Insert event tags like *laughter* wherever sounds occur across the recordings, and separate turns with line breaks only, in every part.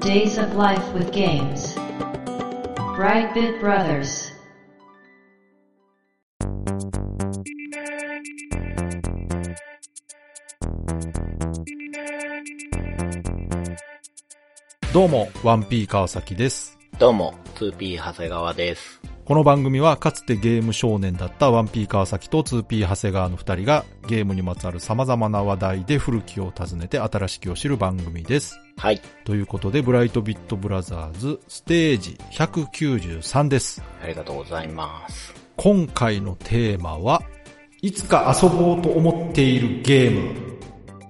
Days of Life with Games. Brightbit Brothers.
どうも、ワンピー川崎です。
どうも、2P 長谷川です。
この番組はかつてゲーム少年だったワンピー川崎と 2P 長谷川の二人がゲームにまつわる様々な話題で古きを訪ねて新しきを知る番組です。
はい。
ということで、ブライトビットブラザーズステージ193です。
ありがとうございます。
今回のテーマは、いつか遊ぼうと思っているゲーム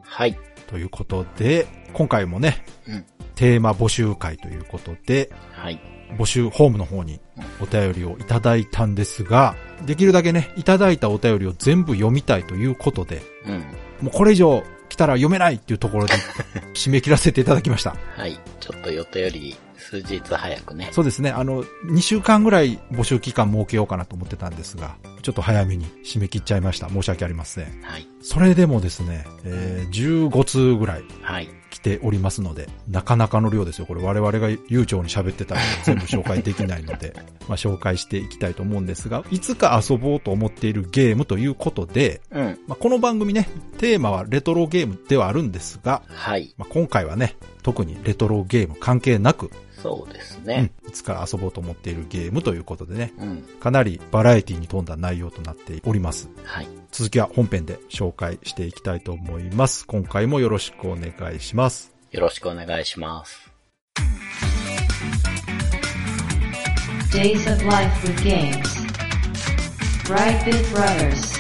はい。
ということで、今回もね、
うん。
テーマ募集会ということで、
はい。
募集ホームの方にお便りをいただいたんですが、できるだけね、いただいたお便りを全部読みたいということで、
うん。
もうこれ以上来たら読めないっていうところで締め切らせていただきました。
はい。ちょっと予定より数日早くね。
そうですね、あの、2週間ぐらい募集期間設けようかなと思ってたんですが、ちょっと早めに締め切っちゃいました。申し訳ありません。
はい。
それでもですね、えー15通ぐらい
はい。
来ておりますので、なかなかの量ですよ。これ我々が悠長に喋ってたら全部紹介できないので、 *laughs* まあ紹介していきたいと思うんですが、いつか遊ぼうと思っているゲームということで、
うん。
まあ、この番組ね、テーマはレトロゲームではあるんですが、
はい。
まあ、今回はね、特にレトロゲーム関係なく、
そうです
うん
ね。
いつから遊ぼうと思っているゲームということでね、
うん。
かなりバラエティに富んだ内容となっております。
はい。
続きは本編で紹介していきたいと思います。今回もよろしくお願いします。
よろしくお願いします。
Days of Life with Games. Brightbit Brothers.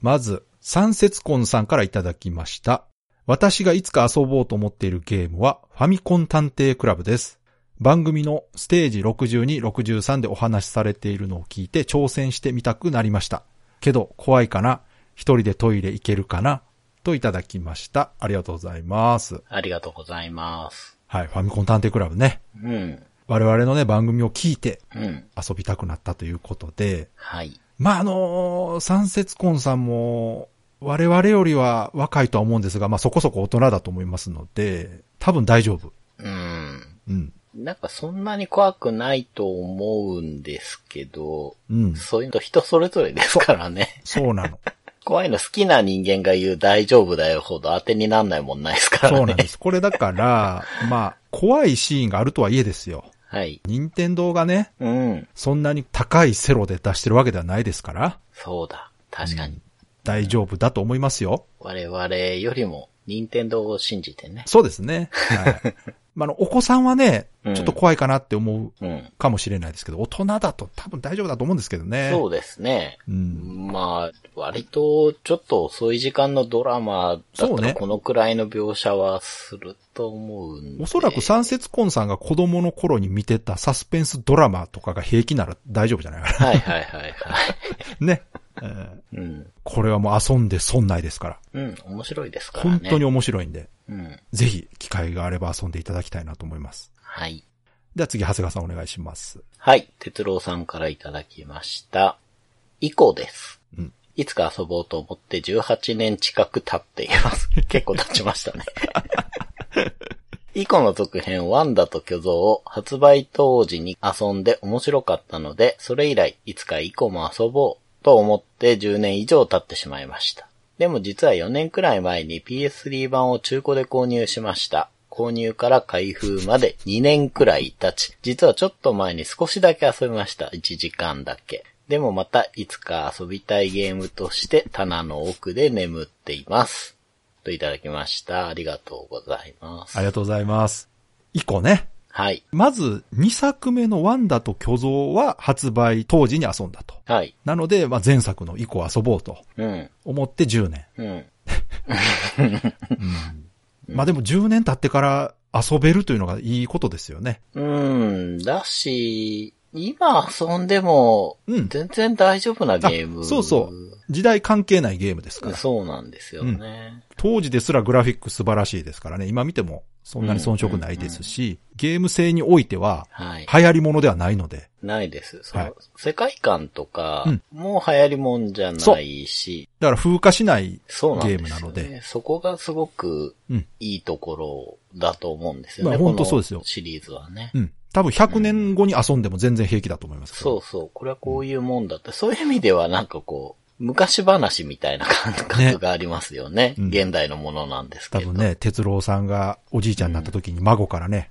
まず、三節コンさんからいただきました。私がいつか遊ぼうと思っているゲームはファミコン探偵クラブです。番組のステージ62、63でお話しされているのを聞いて挑戦してみたくなりました。けど怖いかな一人でトイレ行けるかなといただきました。ありがとうございます。
ありがとうございます。
はい、ファミコン探偵クラブね。
うん。
我々のね、番組を聞いて
うん。
遊びたくなったということで、
はい。
まあ、あのー、三節婚さんも、我々よりは若いとは思うんですが、まあ、そこそこ大人だと思いますので、多分大丈夫。
うん。
うん。
なんかそんなに怖くないと思うんですけど、
うん。
そういうの人それぞれですからね。
そう
*laughs*
なの。
怖いの好きな人間が言う大丈夫だよほど当てになんないもんないですからね。
そうなんです。これだから、まあ、怖いシーンがあるとはいえですよ。
はい。
任天堂がね、
うん。
そんなに高いセロで出してるわけではないですから、
そうだ。確かに。
大丈夫だと思いますよ。
我々よりも、任天堂を信じてね。
そうですね。はい。まあ、あの、お子さんはね、ちょ
うん
っと怖いかなって思う
うん。
かもしれないですけど、大人だと多分大丈夫だと思うんですけどね。
そうですね。
うん。
まあ、割と、ちょっと遅い時間のドラマだ
そ
っ
う
た
ね
ら、このくらいの描写はすると思うんで。
おそらく三節コンさんが子供の頃に見てたサスペンスドラマとかが平気なら大丈夫じゃないか
はいはいはいはい。
な。ね、えー
うん。
これはもう遊んで損ないですから。
うん、面白いですから
本
ね。
当に。面白いんで、
うん。
ぜひ機会があれば遊んでいただきたいなと思います。
はい。
では次、長谷川さんお願いします。
はい。哲郎さんからいただきました。以降です。
うん
いつか遊ぼうと思って18年近く経ってい
*laughs*
ます。結構経ちましたね。以降の続編、ワンダと巨像を発売当時に遊んで面白かったので、それ以来、いつか以降も遊ぼうと思って10年以上経ってしまいました。でも実は4年くらい前に PS3 版を中古で購入しました。購入から開封まで2年くらい経ち、実はちょっと前に少しだけ遊びました。1時間だけ。でもまたいつか遊びたいゲームとして棚の奥で眠っています。といただきました。ありがとうございます。
ありがとうございます。以降ね。
はい。
まず、2作目のワンダと巨像は発売当時に遊んだと。
はい。
なので、まあ、前作の以降遊ぼうと
うん。
思って10年。
うん。
まあでも10年経ってから遊べるというのがいいことですよね。
うん。だし、今遊んでも、
うん
全然大丈夫なゲーム。
あそうそう。時代関係ないゲームですから。
そうなんですよね。
当時ですらグラフィック素晴らしいですからね。今見てもそんなに遜色ないですし、ゲーム性においては、
はい。
流行り物ではないので、
ないです。そう、
はい
世界観とか、
うん
もう流行りもんじゃないし、
だから風化しない
そうなん
ゲ
です
ームなの
よ
で、
ね。そこがすごく
うん
いいところだと思うんですよ
ま
ね。
あ本当
この
そうですよ
シリーズはね。
うん。多分100年後に遊んでも全然平気だと思います。
そうそう。これはこういうもんだって。そういう意味ではなんかこう、昔話みたいな感
ね
覚がありますよね。
うん
現代のものなんです
多
けど。
分ね、哲郎さんがおじいちゃんになった時に孫からね、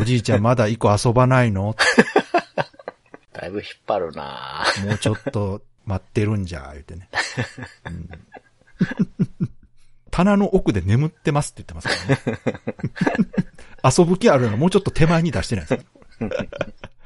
おじいちゃんまだ一個遊ばないの
だいぶ引っ張るなぁ
もうちょっと待ってるんじゃ、言うてね。うん棚の奥で眠ってますって言ってますからね。遊ぶ気あるのもうちょっと手前に出してないですから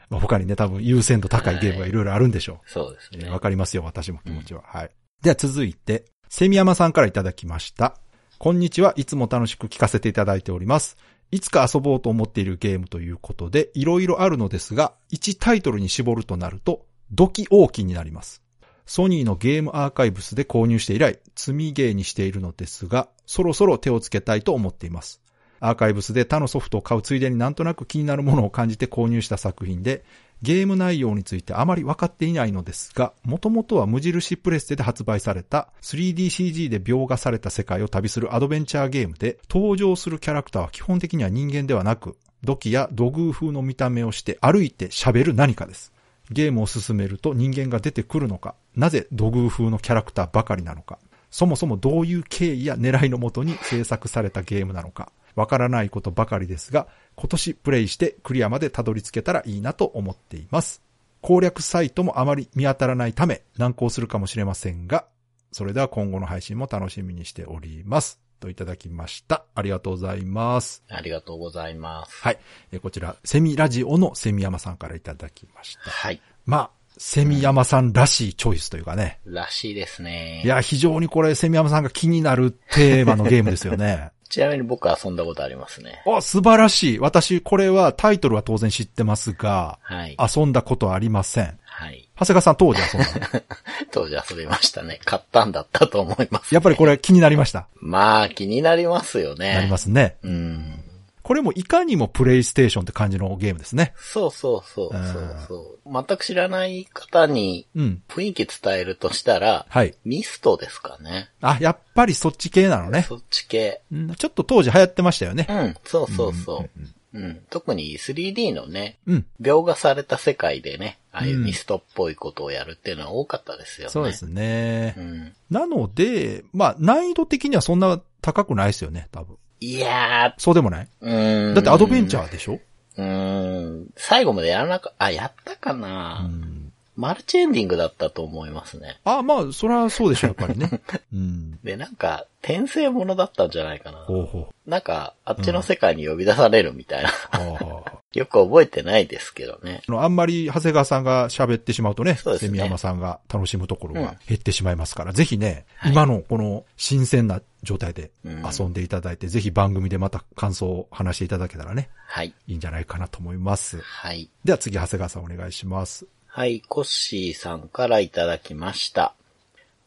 まあ他にね、多分優先度高いゲームがいろいろあるんでしょう。
そうです
えー
ね。
わ、かりますよ、私も気持ちは。はい。では続いて、セミヤマさんからいただきました。こんにちは。いつも楽しく聞かせていただいております。いつか遊ぼうと思っているゲームということで、いろいろあるのですが、1タイトルに絞るとなると、ドキ大きになります。ソニーのゲームアーカイブスで購入して以来、積みゲーにしているのですが、そろそろ手をつけたいと思っています。アーカイブスで他のソフトを買うついでになんとなく気になるものを感じて購入した作品で、ゲーム内容についてあまり分かっていないのですが、もともとは無印プレステで発売された 3DCG で描画された世界を旅するアドベンチャーゲームで、登場するキャラクターは基本的には人間ではなく、土器や土偶風の見た目をして歩いて喋る何かです。ゲームを進めると人間が出てくるのか、なぜ土偶風のキャラクターばかりなのか、そもそもどういう経緯や狙いのもとに制作されたゲームなのか、わからないことばかりですが、今年プレイしてクリアまでたどり着けたらいいなと思っています。攻略サイトもあまり見当たらないため難航するかもしれませんが、それでは今後の配信も楽しみにしております。といただきました。ありがとうございます。
ありがとうございます。
はい。えこちら、セミラジオのセミヤマさんからいただきました。
はい。
まあ、セミヤマさんらしいチョイスというかね。
らしいですね。
いや、非常にこれ、セミヤマさんが気になるテーマのゲームですよ *laughs* ね。
ちなみに僕遊んだことありますね。
お、素晴らしい。私、これはタイトルは当然知ってますが、
はい。
遊んだことはありません。
はい。 *laughs*
長谷川さん当時遊んだの
当時遊びましたね。買ったんだったと思いま
*laughs*
す。
やっぱりこれ気になりました。
まあ、気になりますよね。
なりますね。
うん。
これもいかにもプレイステーションって感じのゲームですね。
そうそうそう
うん
そうそう。全く知らない方に
うん。
雰囲気伝えるとしたら、
はい。
ミストですかね。
あ、やっぱりそっち系なのね。
そっち系。
うんちょっと当時流行ってましたよね
う。ん、そうそうそう。うん、特に 3D のね、
うん。
描画された世界でね、ああいううんミストっぽいことをやるっていうのは多かったですよね。
そうですね
う。ん。
なので、まあ、難易度的にはそんな高くないですよね、多分。
いや
そうでもない
ー、うーん。
だってアドベンチ
ー。
ャーでしょ
うーん。最後までやらなか、あ、やったか
う
な、
ん。
マルチエンディングだったと思いますね。
あ、まあ、そりゃそうでしょ、やっぱり
*laughs*
ね。うん。
で、なんか、転生ものだったんじゃないかな。
ほうほう。
なんか、あっちの世界に呼び出されるみたいな。
あー
*laughs* よく覚えてないですけどね。
あの、あんまり長谷川さんが喋ってしまうとね、
そうですね
セミヤマさんが楽しむところ
うん
が減ってしまいますから、ぜひね、今のこの新鮮な状態で
うん
遊んでいただいて、ぜひ番組でまた感想を話していただけたらね、
はい。
いいんじゃないかなと思います。
はい。
では次、長谷川さんお願いします。
はい、コッシーさんからいただきました。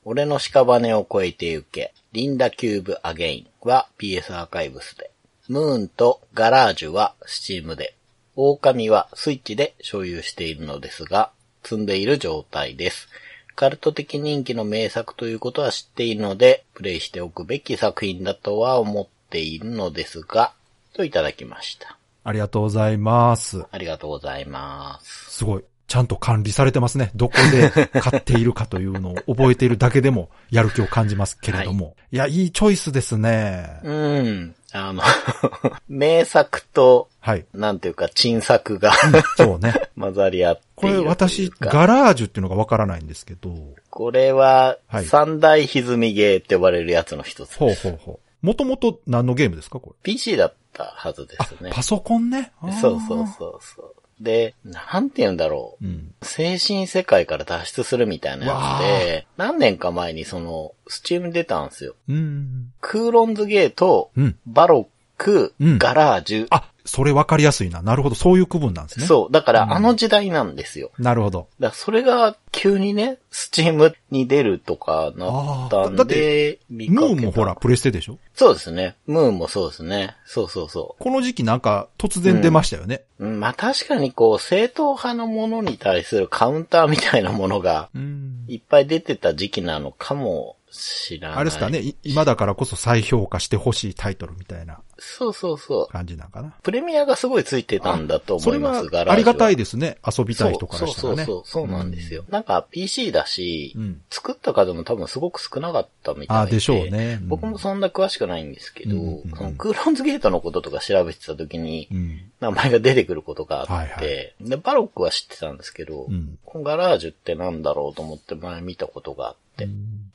俺の屍を越えてゆけ、リンダキューブアゲインは PS アーカイブスで、ムーンとガラージュは Steam で、狼はスイッチで所有しているのですが、積んでいる状態です。カルト的人気の名作ということは知っているので、プレイしておくべき作品だとは思っているのですが、といただきました。
ありがとうございます。
ありがとうございます。
すごい。ちゃんと管理されてますね。どこで買っているかというのを覚えているだけでもやる気を感じますけれども。い、や、いいチョイスですね。
うん。あの、 *laughs* 名作と、
はい。
なんていうか、珍作が *laughs*
そうね。
混ざ *laughs* り合って
こ
いる
れ
というか
私、ガラージュっていうのがわからないんですけど。
これは
は、い
三大歪みゲーって呼ばれるやつの一つ
ほ
で
う
す。
ほうほ
*laughs*
う。もともと何のゲームですかこ
PC だったはずで
れ。
す
あ、
ね。
パソコンね。あー
そうそうそうそう。で、なんて言うんだろう。
うん。
精神世界から脱出するみたいなやつで、何年か前にその、スチーム出たんですよ。
うん。
クーロンズゲーと
うん、
バロック、
うん
ガラージュ、
あ、それわかりやすいな。なるほど。そういう区分なんですね。
そう。だか
うん
ら、あの時代なんですよ。
なるほど。
だからそれが急にね、スチームに出るとかなった
あーだだ
ん
って
で、見
ム
かけ
ーもほら、。プレステでしょ
そうですね。ムーンもそうですね。そうそうそ
この時期なんか突然出ましたよね。
う。うんまあ確かにこう、正統派のものに対するカウンターみたいなものが
うん。
いっぱい出てた時期なのかもしれない。
あれですかね、い今だからこそ再評価してほしいタイトルみたいな
そうそうそう。
感じなんかな。
プレミアがすごいついてたんだと
そ
思
れ
いま
は
すが、
ありがたい
で
ですね。遊びたい人からしたらね。
そうそうそうそう、そうなんですよ。なんか PC だし、
うん。
作った数も多分すごく少なかったみたいで。
あーでしょうねうん
僕もそんな詳しくないんですけど、
うんうんうん
そのクーロンズゲートのこととか調べてた時に
う、ん。
名前が出てくることがあって、
はいはい
で、バロックは知ってたんですけど、
うん。
このガラージュってなんだろうと思って前見たことがあって、うん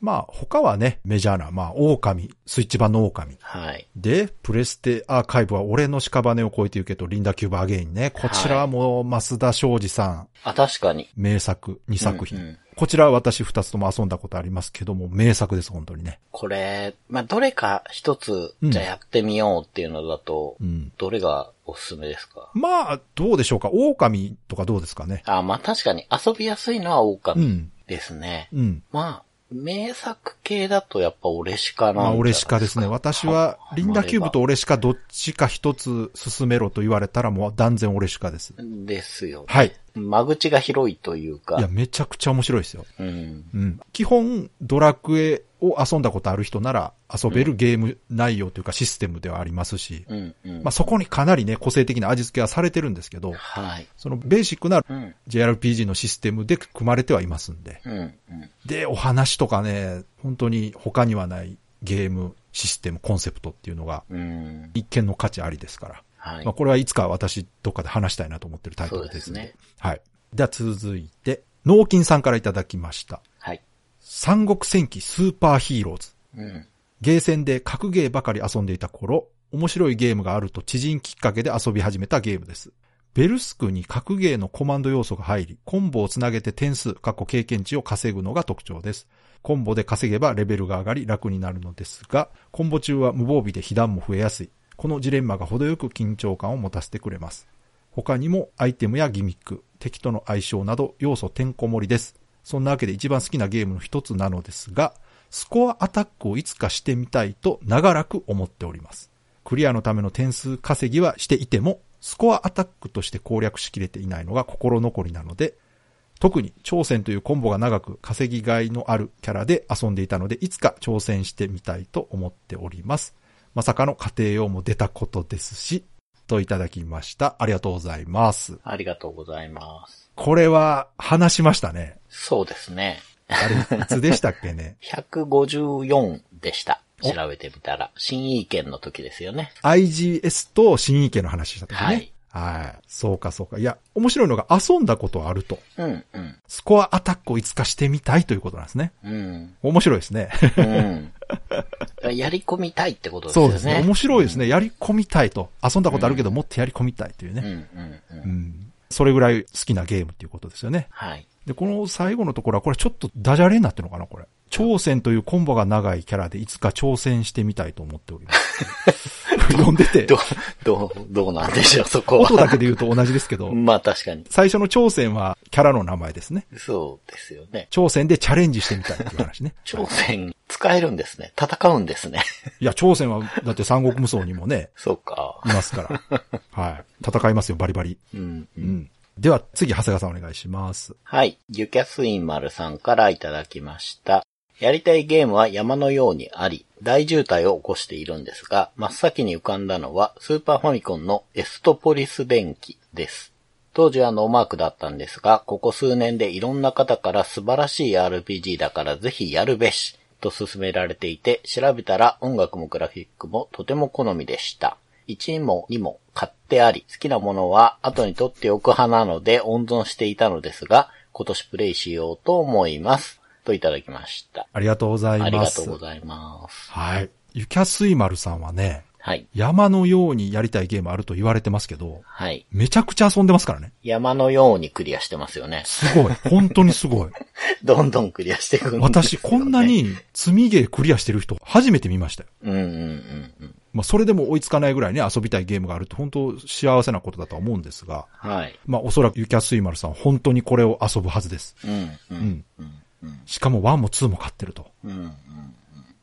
まあ、他はね、メジャーな、まあ、狼、スイッチ版の狼。
はい。
で、プレステアーカイブは俺の屍を越えてゆけとリンダ・キューバ・アゲインね。こちらはもう、増田昌司さん、
あ、確かに。
名作、2作品。
うんうん
こちらは私2つとも遊んだことありますけども、名作です、本当にね。
これ、まあ、どれか一つ、じゃあやってみようっていうのだと、
うん。
どれがおすすめですか
まあ、どうでしょうか。狼とかどうですかね。
あ、まあ、確かに遊びやすいのは
う
狼
ん。
ですね。
うん。
まあ、名作系だとやっぱ俺しかなんじゃ
ま
な
あ、
い
俺しかですね。私は、リンダキューブと。
ハ
俺しかどっちか一つ進めろと言われたらもう断然俺しかです。
マればですよ。
はい。
間口が広いという
いや、
か。
めちゃくちゃ面白いですよ。
うん。
うん。基本、ドラクエを遊んだことある人なら遊べるゲーム内容というかシステムではありますし、
うん。うん。
まあ、そこにかなりね、個性的な味付けはされてるんですけど、
はい。
そのベーシックな
うん。
JRPG のシステムで組まれてはいますんで。
うん。うん。
で、お話とかね、本当に他にはないゲーム、システム、コンセプトっていうのが、
うん。
一見の価値ありですから。
はい
まあ、。これはいつか私どっかで話したいなと思ってるタイトルです
そう
ね。
ですね
はい。では続いて、脳金さんからいただきました。
はい。
三国戦記スーパーヒーローズ。
うん。
ゲーセンで格ゲーばかり遊んでいた頃、面白いゲームがあると知人きっかけで遊び始めたゲームです。ベルスクに格ゲーのコマンド要素が入り、コンボをつなげて点数、過去経験値を稼ぐのが特徴です。コンボで稼げばレベルが上がり楽になるのですが、コンボ中は無防備で被弾も増えやすい。このジレンマが程よく緊張感を持たせてくれます。他にもアイテムやギミック、敵との相性など要素てんこ盛りです。そんなわけで一番好きなゲームの一つなのですが、スコアアタックをいつかしてみたいと長らく思っております。クリアのための点数稼ぎはしていても、スコアアタックとして攻略しきれていないのが心残りなので、特に挑戦というコンボが長く稼ぎがいのあるキャラで遊んでいたので、いつか挑戦してみたいと思っております。まさかの家庭用も出たことですし、といただきました。ありがとうございます。
ありがとうございます。
これは話しましたね。
そうですね。。
あれ、いつでしたっけね
154でした。
お
調べてみたら。新意見の時ですよね。
IGS と新意見の話した時ね。
はい。
はい。そうかそうか。いや、面白いのが遊んだことはあると。
うん。うん。
スコアアタックをいつかしてみたいということなんですね。
うん。
面白いですね。
うん。やり込みたいってことです
そ
よ
う
ね。
ですね。 *laughs* 面白いですね。やり込みたいと。遊んだことあるけど、もっとやり込みたいという
うん。う
ね。
ん。う。
うんん。それぐらい好きなゲームっていうことですよね。
はい。
で、この最後のところは、これちょっとダジャレになってるのかな、これ。挑戦というコンボが長いキャラで、いつか挑戦してみたいと思っております。
*laughs*
読んでて
ど、、どう、どうなんでしょう、そこは。
音だけで言うと同じですけど、
まあ確かに。
最初の挑戦はキャラの名前ですね。
そうですよね。。
挑戦でチャレンジしてみたいっていう話ね
朝鮮、使えるんですね。戦うんですね。 *laughs*
いや、挑戦は、だって三国無双にもね、
そうか
い。ますから。はい。戦いますよ、バリバリ。
うん。
うん。では、次、長谷川さんお願いします。
はい。ユキャスインマルさんからいただきました。やりたいゲームは山のようにあり、大渋滞を起こしているんですが、真っ先に浮かんだのは、スーパーファミコンのエストポリス電気です。当時はノーマークだったんですが、ここ数年でいろんな方から素晴らしい RPG だからぜひやるべし、と勧められていて、調べたら音楽もグラフィックもとても好みでした。1も2も買ってあり、好きなものは後に取っておく派なので温存していたのですが、今年プレイしようと思います。といただきました。
ありがとうござい
ありが
ます。
とうございます。
はい。ゆきゃすいまるさんはね、
はい。
山のようにやりたいゲームあると言われてますけど、
はい。
めちゃくちゃ遊んでますからね。
山のようにクリアしてますよね。
すごい。本当にすごい。
どんどんクリアしていくんですよね
私、こんな。に積みゲークリアしてる人、初めて見ましたよ。
うんうんうんうん。
まあ、それでも追いつかないぐらいね、遊びたいゲームがあると本当幸せなことだとは思うんですが、
はい。
まあ、おそらくゆきゃすいまるさん本当にこれを遊ぶはずです。
うん、う、
うんん。
うん、うん、
しかも1も2も買ってると。
うん。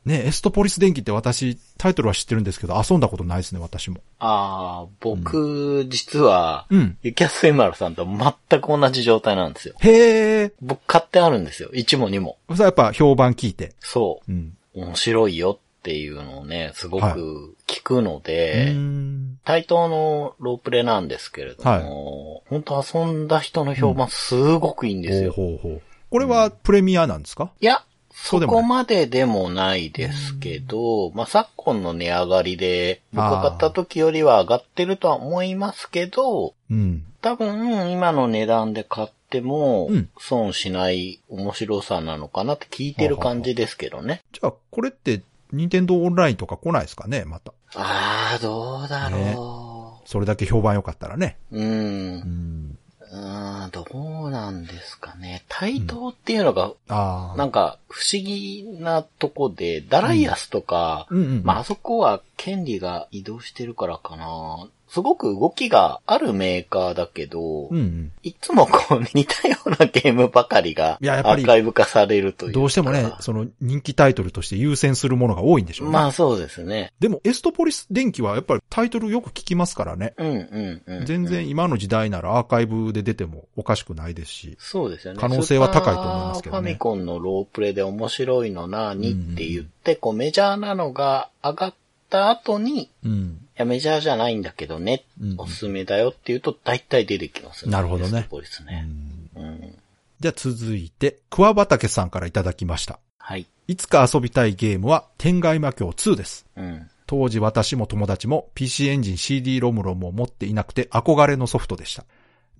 ね、エストポリス電気って私、タイトルは知ってるんですけど、遊んだことないですね、私も。
ああ、僕、実は、
うん
ゆきやすいまるさんと全く同じ状態なんですよ。
へえ。
僕買ってあるんですよ。1も2も。
それはやっぱ評判聞いて。
そう
う。ん。
面白いよっていうのをね、すご
はい
く聞くの
う
で、
ーん
対等のロープレなんですけれども、本当遊んだ人の評判すごくいいんですよ。
ほうほうほう。これはプレミアなんですか、
いや、
そう
そ
でもない
こまででもないですけど、まあ昨今の値上がりで、僕が買った時よりは上がってるとは思いますけど、
うん、
多分今の値段で買っても
うん
損しない面白さなのかなって聞いてる感じですけどね。
じゃあ、これって、任天堂オンラインとか来ないですかね、また。
ああ、どうだろ
それだけ評判良かったらね。
う。うん
う。ん。
うーん、どうなんですかね。対等っていうのが、
ああ。
なんか、不思議なとこで、ダライアスとか、
うんうん。
まあ、あそこは権利が移動してるからかな。すごく動きがあるメーカーだけど、
うんうん。
いつもこう、似たようなゲームばかりが、ア
いややっぱり
ーカイブ化されるというか
どうしてもね、その人気タイトルとして優先するものが多いんでしょうね。
まあ、そうですね。
でも、エストポリス電気はやっぱりタイトルよく聞きますからね。
うん、うん、うん。
全然今の時代ならアーカイブで出てもおかしくないですし。
そうですよね。
可能性は高いと思いますけどね
スーパーファミコンのロープレイで面白いのなにって言って、こうメジャーなのが上がった後に、い
うん。
やメジャーじゃないんだけどね、
うん
おすすめだよって言うと大体出てきますよ
なるほどね
すごいです
う
ね。
ん
うん。
じゃあ続いて、桑畑さんからいただきました。
はい。
いつか遊びたいゲームは天外魔境2です。
うん。
当時私も友達も PC エンジン CD ロムロムを持っていなくて憧れのソフトでした。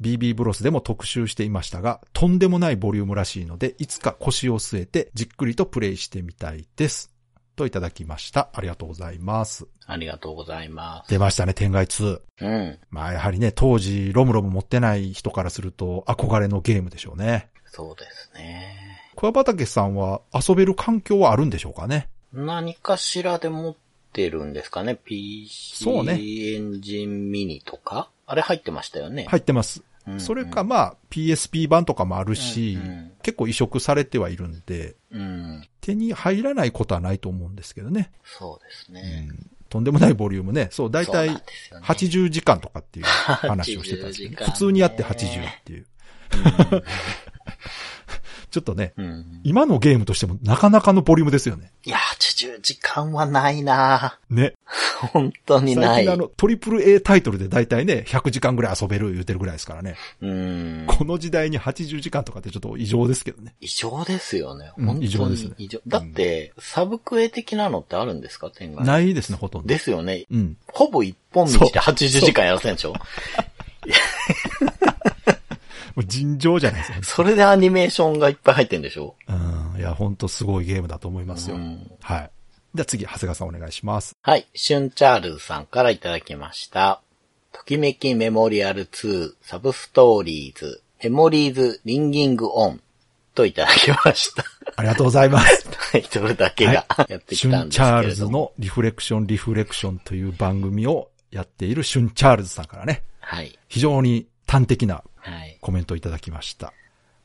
BB ブロスでも特集していましたが、とんでもないボリュームらしいので、いつか腰を据えてじっくりとプレイしてみたいです。といただきました。ありがとうございます。
ありがとうございま
出ましたね、天外2。
す。うん。
まあやはりね、当時ロムロム持ってない人からすると憧れのゲームでしょうね。
そうですね。
桑畑さんは遊べる環境はあるんでしょうかね。
何かしらで持ってるんですかね ?PC
そうね
エンジンミニとかあれ入ってましたよね。
入ってます。
うん
それかまあ PSP 版とかもあるし
うんうん、
結構移植されてはいるんで、
うん。
手に入らないことはないと思うんですけどね。
そうです
う
ね。
ん、とんでもないボリュームね。そう、だいた
そうなん
い
ですよね
80時間とか
*laughs*
っていう話をしてたんですけど、
80時間ね
普通にやって80っていう。 *laughs* ちょっとね、
うん。
今のゲームとしてもなかなかのボリュームですよね。
いや、80時間はないな
ね。
本当にな
最
い。
近あの、トリプル A タイトルで大体ね、100時間ぐらい遊べる言うてるぐらいですからね。
うん。
この時代に80時間とかってちょっと異常ですけどね。
異常ですよね。
うん
本当に
異常ですね
異常だって、サブクエ的なのってあるんですか天外。
ないですね、ほとんど。
ですよね。
うん。
ほぼ一本道で80時間やらせんでしょ
もう尋常じゃないですか。
それでアニメーションがいっぱい入ってんでしょ
うん。いや、ほんとすごいゲームだと思いますよ。
うん
はい。じゃあ次、長谷川さんお願いします。
はい。シュンチャールさんからいただきました。ときめきメモリアル2サブストーリーズメモリーズリンギングオンといただきました。
ありがとうございます。
タイトルだけがやって
シ
きた
ュン・
ん *laughs* です
チ
け
ャ
れども。
ールズのリフレクション・リフレクションという番組をやっているシュン・チャールズさんからね、
はい。
非常に端的な
はい。
コメントをいただきました。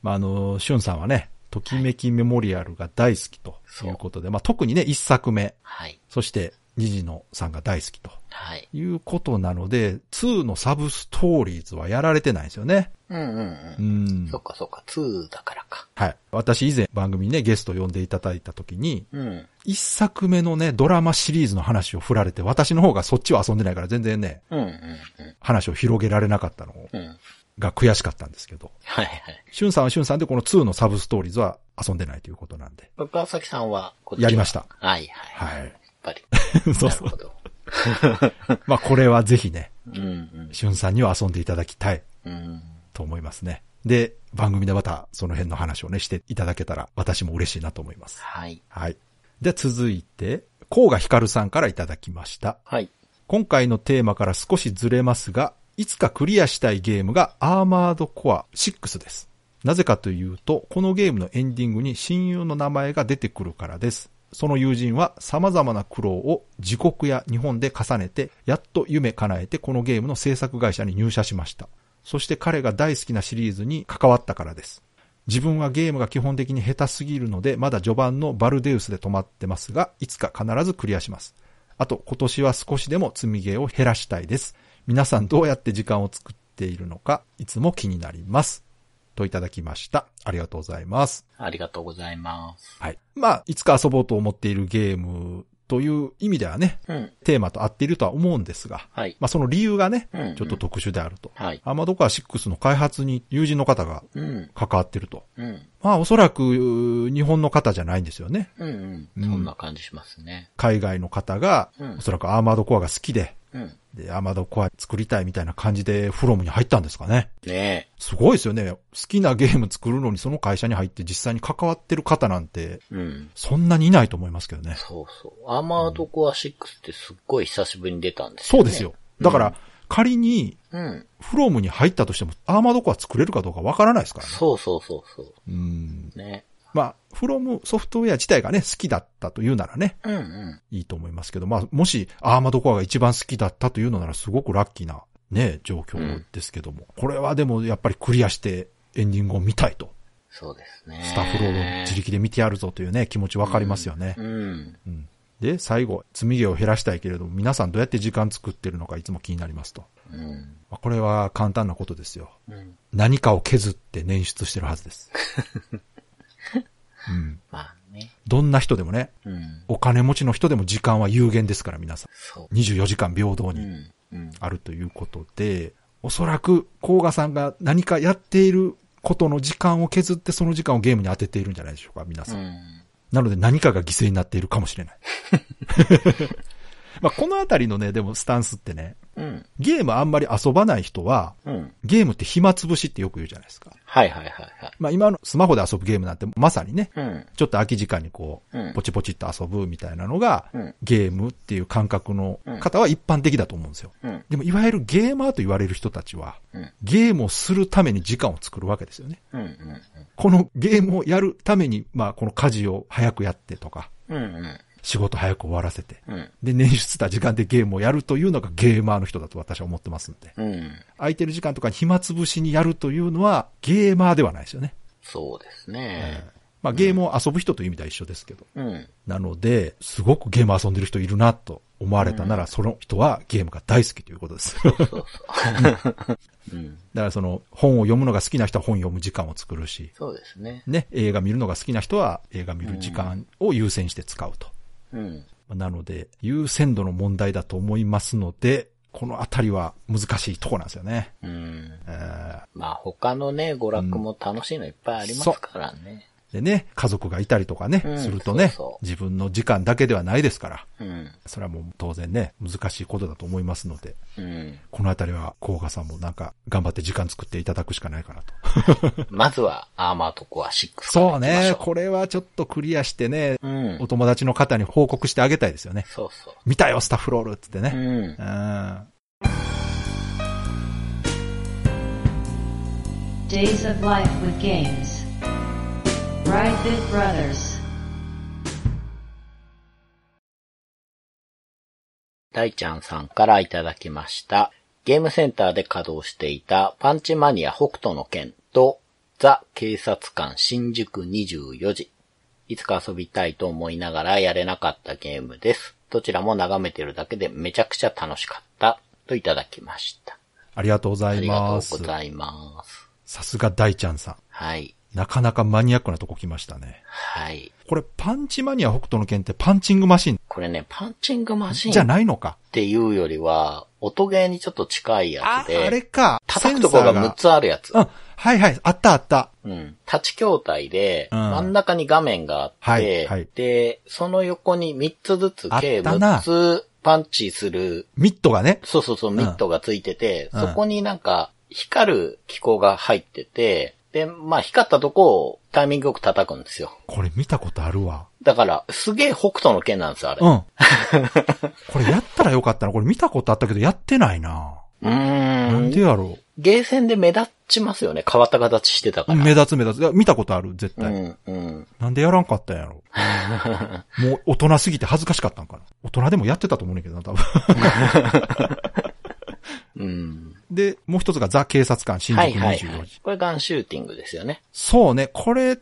まあ、あの、シュンさんはね、ときめきメモリアルが大好きということで、まあ、特にね、一作目、
はい。
そして、虹野さんが大好きと
はい。
いうことなので、2のサブストーリーズはやられてないんですよね。
うんうん
う
うん。
ん
そ。っかそっか、2だからか。
はい。私以前番組にね、ゲスト呼んでいただいた時に、
うん。
一作目のね、ドラマシリーズの話を振られて、私の方がそっちを遊んでないから全然ね、
うんうん
話を広げられなかったの
うん。うん。
が悔しかったんですけど、
はいはい。
シュンさんはシュンさんでこの2のサブストーリーズは遊んでないということなんで。
川崎さんはこっちは
やりました
はいは
は
い。やっ
い。
ぱり。
*laughs* そう
な
そ
るほ
う。
ど。
*laughs* まあこれはぜひね、
うんうん。
シュンさんには遊んでいただきたい
うん。
と思いますね。で、番組でまたその辺の話をね、していただけたら私も嬉しいなと思います。
はい。
はい。では続いて、甲賀ひかるさんからいただきました。
はい。
今回のテーマから少しずれますが、いつかクリアしたいゲームがアーマードコア6です。なぜかというと、このゲームのエンディングに親友の名前が出てくるからです。その友人は様々な苦労を自国や日本で重ねて、やっと夢叶えてこのゲームの制作会社に入社しました。そして彼が大好きなシリーズに関わったからです。自分はゲームが基本的に下手すぎるので、まだ序盤のバルデウスで止まってますが、いつか必ずクリアします。あと、今年は少しでも積みゲーを減らしたいです。皆さんどうやって時間を作っているのか、いつも気になります。といただきました。ありがとうございます。
ありがとうございます。
はい。まあ、いつか遊ぼうと思っているゲームという意味ではね、
うん。
テーマと合っているとは思うんですが、
はい。
まあその理由がね
うんうん、
ちょっと特殊であると。
はい。
アーマドカー6の開発に友人の方が
うん。
関わってると。
うん。
まあおそらく日本の方じゃないんですよね。
うん。
う
うんん。そんな感じしますね。
海外の方が
う、ん
おそらくアーマードコアが好きで、
うん。
で、アーマードコア作りたいみたいな感じでフロムに入ったんですかね。
ね
すごいですよね。好きなゲーム作るのにその会社に入って実際に関わってる方なんて、
え。うん。
そんなにいないと思いますけどね。
そうそう。アーマードコア6ってすっごい久しぶりに出たんです
そ
よ、
う
ね。
ですよ。。だから、仮に、
うん。
フロムに入ったとしても、アーマードコア作れるかどうかわからないですからね。
そうそうそうそう
ーん。
う。ね。
まあ、フロムソフトウェア自体がね、好きだったというならね、
うんうん。
いいと思いますけど、まあ、もし、アーマードコアが一番好きだったというのなら、すごくラッキーな、ね、状況ですけども。これはでも、やっぱりクリアして、エンディングを見たいと。
そうですね。
スタッフロードを自力で見てやるぞというね、気持ちわかりますよね。
うん。
うんで、最後、積み毛を減らしたいけれども、皆さんどうやって時間作ってるのかいつも気になりますと。
うん。
まあこれは簡単なことですよ。
うん。
何かを削って捻出してるはず
*laughs*
です。うん、
まあね。
どんな人でもね、
うん。
お金持ちの人でも時間は有限ですから、皆さ
そ
ん。24時間平等
う。う
に
ん。うん。
あるということで、おそらく、甲賀さんが何かやっていることの時間を削って、その時間をゲームに当てているんじゃないでしょうか、皆
う
さん。
ん。
なので何かが犠牲になっているかもしれない。 *laughs* まあ、このあたりのね、でもスタンスってね、
うん。
ゲームあんまり遊ばない人は、
うん。
ゲームって暇つぶしってよく言うじゃないですか。
はいはいはいはい。
まあ今のスマホで遊ぶゲームなんてまさにね、
うん。
ちょっと空き時間にこ
う
う、
ん
ポチポチっと遊ぶみたいなのが、
うん
ゲームっていう感覚の方は一般的だと思うんですよ。
うん。
でもいわゆるゲーマーと言われる人たちは、
うん。
ゲームをするために時間を作るわけですよね。
うん。
このゲームをやるために、まあこの家事を早くやってとか、
うん。うん。
仕事早く終わらせて、
うん。
で、捻出した時間でゲームをやるというのがゲーマーの人だと私は思ってますんで。
うん。
空いてる時間とか暇つぶしにやるというのはゲーマーではないですよね。
そうですね。
まあゲームを遊ぶ人という意味では一緒ですけど。
うん。
なので、すごくゲーム遊んでる人いるなと思われたなら、その人はゲームが大好きということです。だか *laughs*
そうそう。うん。
らその本を読むのが好きな人は本読む時間を作るし、
そうですね。
ね、映画見るのが好きな人は映画見る時間を優先して使うと。
うん。
なので、優先度の問題だと思いますので、このあたりは難しいとこなんですよね。
うん。
えー
まあ他のね、娯楽も楽しいのいっぱいありますからね。
でね、家族がいたりとかね、
うん
するとね
そうそう
自分の時間だけではないですから、
うん。
それはもう当然ね、難しいことだと思いますので、
うん。
このあたりは、甲賀さんもなんか、頑張って時間作っていただくしかないかなと。
まずは、アーマーとコア6から
そう
行きまし
ね
ょ、
これはちょっとクリアしてね、
う。うん
お。友達の方に報告してあげたいですよね。
そうそ
見たよ、スタッフロールっつって
う。う
ね。
ん
う。ん。
Days of Life with Games. Right Bit Brothers.
大ちゃんさんからいただきました。ゲームセンターで稼働していたパンチマニア北斗の剣とザ警察官新宿24時。いつか遊びたいと思いながらやれなかったゲームです。どちらも眺めてるだけでめちゃくちゃ楽しかったといただきました。
ありがとうござ
あ
い
りが
ま
と
す
うご。ざいます。
さすが大ちゃんさん。
はい。
なかなかマニアックなとこ来ましたね。
はい。
これ、パンチマニア北斗の剣ってパンチングマシン
これね、パンチングマシン
じゃ
っ
ないのか。
ていうよりは、音ゲーにちょっと近いや
あ、
つ
あれ
で、
か。
叩くとこが6つあるやつ。
うん。はいはい。あったあった。
うん。立ち筐体で、
うん
真ん中に画面があって、
はいはい
で、その横に3つずつ、計
あったな
6つパンチする、
ミットがね。
そうそうそう、ミットがついてて、
うん
そこになんか光る機構が入ってて、で、まあ光ったとこをタイミングよく叩くんですよ。
これ見たことあるわ。
だから、すげえ北斗の剣なんですよ、あれ。
う。
うん
*laughs* これやったらよかったな。これ見たことあったけど、やってないな。
ー
なん
ん。
でやろう。
ゲーセンで目立ちますよね。変わった形してたから。
目立つ目立つ。いや見たことある、絶対。
うん、うん。
なんでやらんかったんや
*laughs*
ろ。もう大人すぎて恥ずかしかったんかな。大人でもやってたと思うねんだけどな、多分。 *laughs*
うん。
で、もう一つがザ・警察官、新宿
はい
24時。
はいはい。これガンシューティングですよね。
そうね、これ、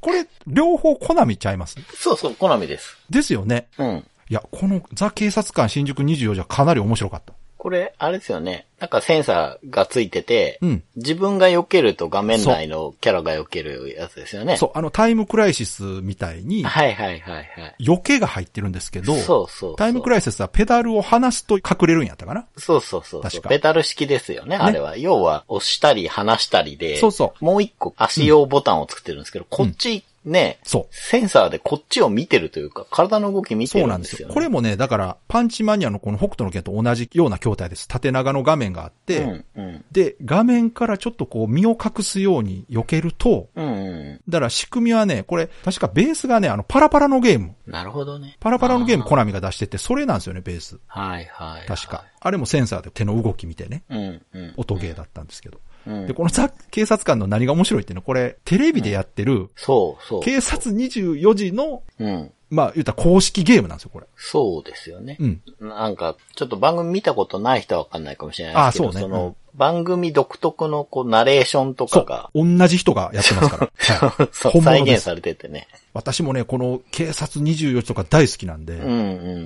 これ、両方コナミちゃいます
そうそう、好みです。
ですよね。
うん。
いや、このザ・警察官、新宿24時はかなり面白かった。
これ、あれですよね。なんかセンサーがついてて、
うん
自分が避けると画面内のキャラが避けるやつですよね。
そう、あの、タイムクライシスみたいに、
はいはいはいはい。
余計が入ってるんですけど、
そうそうそう。
タイムクライシスはペダルを離すと隠れるんやったかな
そうそうそうそ
確
う。
か
ペダル式ですよね、あれは。要は、押したり離したりで、
そうそ
もう一個足用ボタンを作ってるんですけど、こっちね、
そう
センサーでこっちを見てるというか、体の動き見て
そう
る
なんん
で
ですす
よ
よ。
ね。
これもね、だから、パンチマニアのこの北斗の拳と同じような筐体です。縦長の画面があって、
うん、うん。
で、画面からちょっとこう、身を隠すように避けると、
うん、う
だから仕組みはね、これ、確かベースがね、あの、パラパラのゲーム。
ん。なるほどね。
パラパラのゲーム
あ
コナミが出してて、それなんですよね、ベース。
はいはいはい。
確か。。あれもセンサーで手の動き見てね、
うん、うん。
音ゲーだったんですけど。
うん
で、このザ・警察官の何が面白いっていうのは、これ、テレビでやってる、
そうそう。
警察24時の、
うん。
まあ、言ったら公式ゲームなんですよ、これ。
そうですよね。
うん。
なんか、ちょっと番組見たことない人はわかんないかもしれないですけど、
あそうね
そうの
ん、
番組独特のこう、ナレーションと
そ
かが、
う。同じ人がやってます
*laughs*
から。はい
そう、
本
再
物で
現
す
されててね。
私もね、この警察24時とか大好きなん
う
で、
ん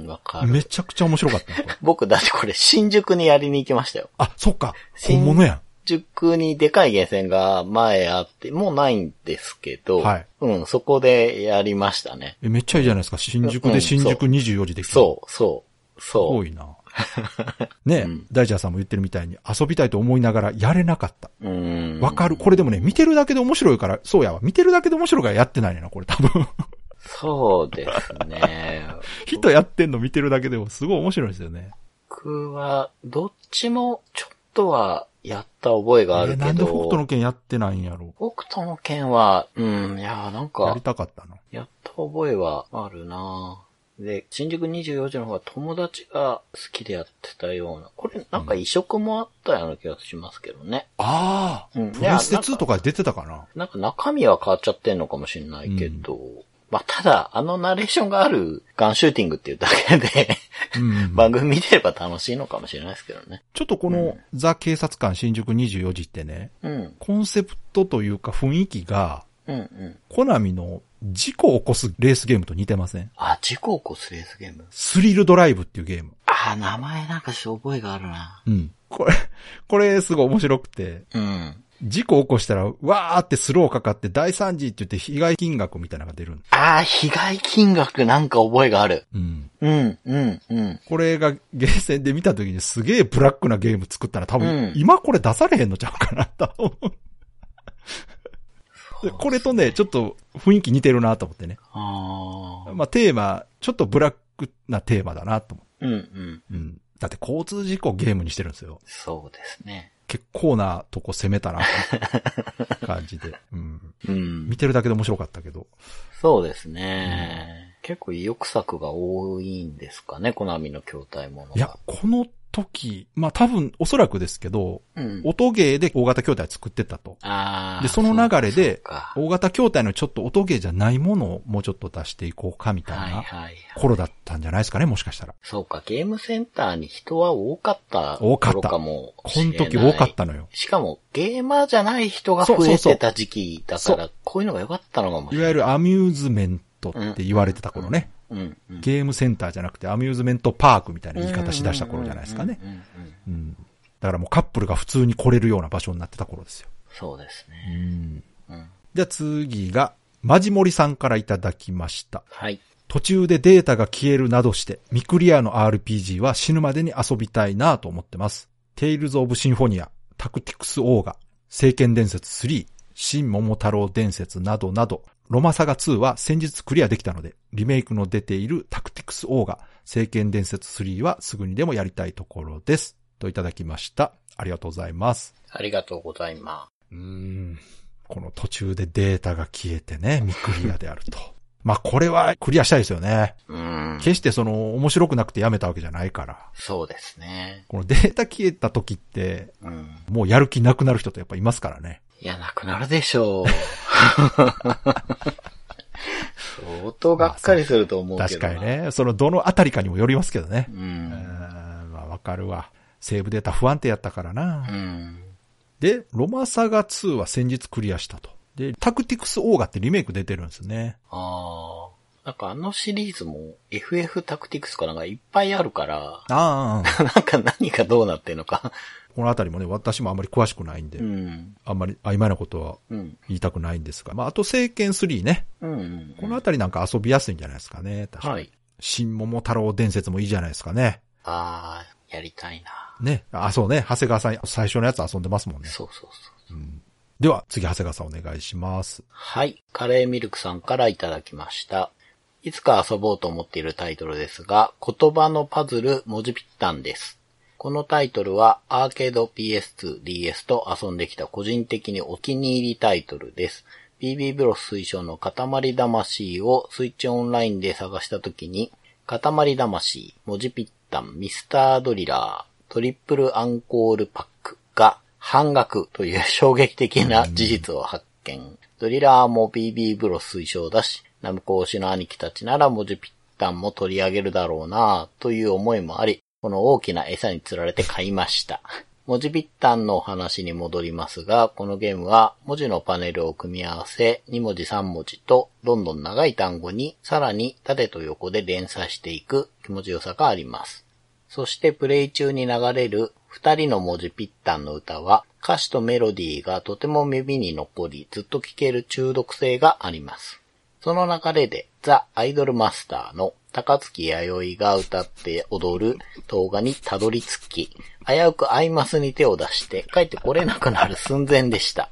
うん、わかる。
めちゃくちゃ面白かったのこれ
僕、だってこれ、新宿にやりに行きましたよ。
あ、そっか。
新
本物やん。
新宿にでかいゲーセンが前あって、もうないんですけど、
はい
うん、そこでやりましたね。
えめっちゃいいじゃないですか。新宿
うん
で新宿24時できる。
そう、そう、
す
そ
ご
う。
い
*laughs*
な。ね、大ジャーさんも言ってるみたいに遊びたいと思いながらやれなかった。
うん。
わかる。これでもね、見てるだけで面白いから、そうやわ。見てるだけで面白いからやってないねんな、これ多分。 *laughs*
そうですね。
人やってんの見てるだけでもすごい面白いですよね。
僕は、どっちも、ちょっとは、やった覚えがある
え
けど、
なんで北斗の拳やってないんやろ
北斗の剣は、うん、いや、なん
う。や
か
り、たかったな。
やった覚えはあるなで、新宿24時の方が友達が好きでやってたような。これなんか移植もあったような気がしますけどね。
ああ、
うん
プレステ2とか出てたかな。
なんか中身は変わっちゃってんのかもしれないけど。まあ、ただ、あのナレーションがあるガンシューティングっていうだけで、 *laughs*
うん。
番組見てれば楽しいのかもしれないですけどね。
ちょっとこのザ・警察官新宿24時ってね、
うん、
コンセプトというか雰囲気が、
うん、うん。
コナミの事故を起こすレースゲームと似てません
あ、事故を起こすレースゲーム。
スリルドライブっていうゲーム。
あ、名前なんかし覚えがあるな。
うん。これ、これすごい面白くて、
うん。
事故起こしたら、わーってスローかかって大惨事って言って被害金額みたいなのが出るんです。
ああ、被害金額なんか覚えがある。
うん。
うん、うん、うん。
これがゲーセンで見た時にすげえブラックなゲーム作ったら多分、
うん
今これ出されへんのちゃうかなと思う。でこれとね、ちょっと雰囲気似てるなと思ってね。
ああ。
まあテーマ、ちょっとブラックなテーマだなと思って。
うんうん。
うん。だって交通事故をゲームにしてるんですよ。
そうですね。
結構なとこ攻めたな、感じ
*laughs*
で。うん。
う
見
ん。
てるだけで面白かったけど。
そうですね。結構意欲作が多いんですかね、コナミの筐体ものが。
いや、この時、まあ多分おそらくですけど、
うん。
音ゲーで大型筐体作ってたと。
ああ。
で、その流れ
そう
で
か、そう
大型筐体のちょっと音ゲーじゃないものをもうちょっと出していこうかみ
か
た
はいい
な
はい。
頃だったんじゃないですかね、もしかしたら。
そうか、ゲームセンターに人は多かった。
多かった
かもし
こ
れ
の
ない。
時多かったのよ。
しかも、ゲーマーじゃない人が
そう
増
そう
え
そう
てた時期だ
そ
から、こういうのが良かったのかもし
い
れ
わ
ない。
ゆるアミューズメントって言われてた頃ね。
うんうん。
ゲームセンターじゃなくてアミューズメントパークみたいな言い方しだした頃じゃないですかね
う。んうんうんうん。
うん。だからもうカップルが普通に来れるような場所になってた頃ですよ。
そうですね。
うん。
うん。
じゃあ次が、マジモリさんからいただきました。
はい。
途中でデータが消えるなどして、ミクリアの RPG は死ぬまでに遊びたいなぁと思ってます。テイルズ・オブ・シンフォニア、タクティクス・オーガ、聖剣伝説3、新桃太郎伝説などなど、ロマサガ2は先日クリアできたので、リメイクの出ているタクティクス・オーガ、聖剣伝説3はすぐにでもやりたいところです。といただきました。ありがとうございます。
ありがとうございま
う
す。
ーん。この途中でデータが消えてね、ミクリアであると。 *laughs* まあこれはクリアしたいですよね。
うん。
決してその面白くなくてやめたわけじゃないから。
そうですね。
このデータ消えた時って、
うん。
もうやる気なくなる人ってやっぱいますからね。
いや、なくなるでしょう。相当がっかりすると思うけ
確
ど
か
な。
に。ね。そのどのあたりかにもよりますけどね。
う
うん
ん。
まあわかるわ。セーブデータ不安定やったからな。
うん。
で、ロマサガ2は先日クリアしたと。で、タクティクスオーガってリメイク出てるんですね。
ああ。なんかあのシリーズも FF タクティクスかなんかいっぱいあるから、 *laughs*
ああ、
なんか何がどうなってんのか。
このあたりもね、私もあんまり詳しくないんで、
うん。
あんまり曖昧なことは
うん。
言いたくないんですが。まあ、あと、聖剣3ね。
うんうん。
このあたりなんか遊びやすいんじゃないですかね。確かに。
はい。
新桃太郎伝説もいいじゃないですかね。
ああ、やりたいな。
ね。あ、そうね。長谷川さん、最初のやつ遊んでますもんね。
そうそうそう。
うんでは、次、長谷川さんお願いします。
はい。カレーミルクさんからいただきました。いつか遊ぼうと思っているタイトルですが、言葉のパズル文字ぴったんです。このタイトルはアーケード PS2、DS と遊んできた個人的にお気に入りタイトルです。BB ブロス推奨の塊魂をスイッチオンラインで探した時に、塊魂、文字ぴったん、ミスタードリラー、トリプルアンコールパックが半額という衝撃的な事実を発見。ドリラーも BB ブロ推奨だし、ナムコ推しの兄貴たちなら文字ぴったんも取り上げるだろうなぁという思いもあり、この大きな餌に釣られて買いました。 *laughs* 文字ぴったんのお話に戻りますが、このゲームは文字のパネルを組み合わせ、2文字3文字とどんどん長い単語に、さらに縦と横で連鎖していく気持ちよさがあります。そしてプレイ中に流れる二人の文字ぴったんの歌は歌詞とメロディーがとても耳に残りずっと聴ける中毒性があります。その流れでザ・アイドルマスターの高月弥生が歌って踊る動画にたどり着き、危うくアイマスに手を出して帰ってこれなくなる寸前でした。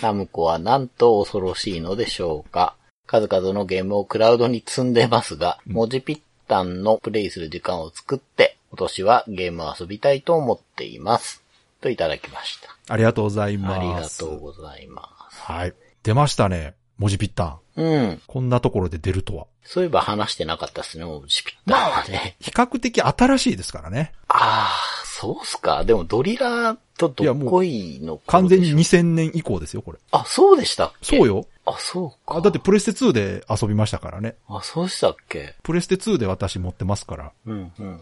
ナムコはなんと恐ろしいのでしょうか。数々のゲームをクラウドに積んでますが、文字ぴったんのプレイする時間を作って、今年はゲームを遊びたいと思っています。といただきました。
ありがとうございます。
ありがとうございます。
はい。出ましたね。文字ぴったん。
うん。
こんなところで出るとは。
そういえば話してなかったですね、文字ぴったんはね。
比較的新しいですからね。
ああ、そうっすか。でもドリラーとどっこいの
完全に
に。
2000年以降ですよ、これ。
あ、そうでしたっけ
そう。よ。
あ、そうか。
あだって、プレステ2で遊びましたからね。
あ、そうでしたっけ。
プレステ2で私持ってますから。
うん、うん、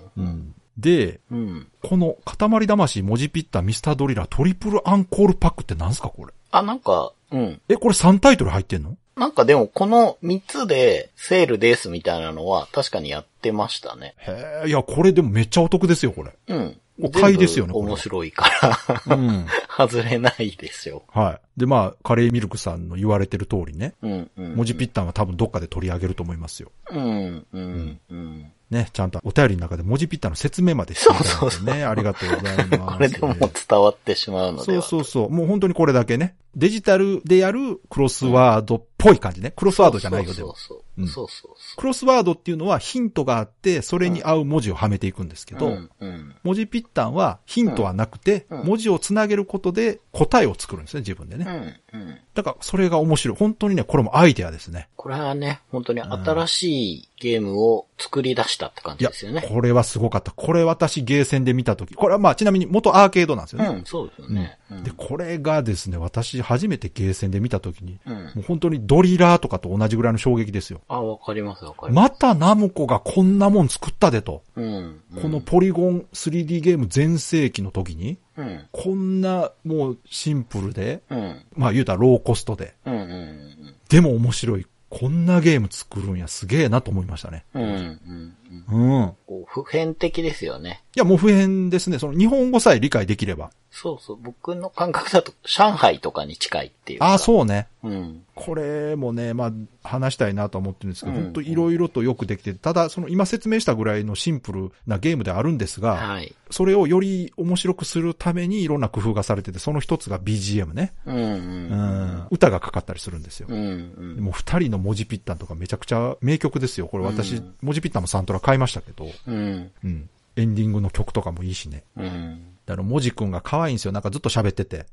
で、
うん。
この塊魂文字ピッタミスタードリラートリプルアンコールパックってなんすかこれ。
あ、なんか、うん。
え、これ3タイトル入ってんの
なんかでもこの3つでセールですみたいなのは確かにやってましたね。
へえ、いや、これでもめっちゃお得ですよ、これ。
うん。
お買いですよねこ
全部
れは
面白いから。 *laughs*
うん。
外れないですよ。
はい。で、まあ、カレーミルクさんの言われてる通りね。
うん、うん。
文字ピッタンは多分どっかで取り上げると思いますよ。
うん、うん、うん。
ね、ちゃんとお便りの中で文字ピッタンの説明までしていただいてね。
そうそうそう
ありがとうございます。
これでも伝わってしまうので
そう
は。
そうそう。もう本当にこれだけね。デジタルでやるクロスワードっぽい感じね。クロスワードじゃないよ、で
そ
も
う。そうう。
ん
そうそうそ
クロスワードっていうのはヒントがあって、それに合う文字をはめていくんですけ
う。
ど、
うん、うん。
文字ピッタンはヒントはなくて、
うん
文字をつなげることで答えを作るんですね、自分で
う
ね。
ん、うん。
だからそれが面白い。本当にね、これもアイデアですね。
これはね、本当に新しいゲームを作り出したって感
い
じ
や
ですよ、ね。
これはすごかった。これ私ゲーセンで見たとき。これはまあちなみに元アーケードなんですよ
う
ね。
ん、そうですよね。う
で、
ん。
これがですね、私初めてゲーセンで見たときに、
うん。
もう本当にドリラーとかと同じぐらいの衝撃ですよ。
あ、わかります、わかります。
またナムコがこんなもん作ったでと。
うん。うん
この、ポリゴン 3D ゲーム全盛期の時に、
うん。
こんなもうシンプルで、
うん。
まあ言うたらローコストで、
うんうん
でも面白い。こんなゲーム作るんや、すげえなと思いましたね。
うん。うんうんうん。
うん。
こう、普遍的ですよね。
いや、もう普遍ですね。その日本語さえ理解できれば。
そうそう。僕の感覚だと、上海とかに近いっていうか。
ああ、そうね。
う。うん。
これもね、まあ、話したいなと思ってるんですけど、
うん
本当いろいろとよくできて、ただ、その今説明したぐらいのシンプルなゲームであるんですが、
はい。
それをより面白くするためにいろんな工夫がされてて、その一つが BGM ね。
うんうん
う
うん
ん。歌がかかったりするんですよ。
うん
でもう二人の文字ピッタンとかめちゃくちゃ名曲ですよ。これ私、
うん
文字ピッタンもサントラ買いましたけど、
うん。うん。
うん。エンディングの曲とかもいいしね。
うん。
であの、文字くんが可愛いんですよ。なんかずっと喋って
*laughs*
て。で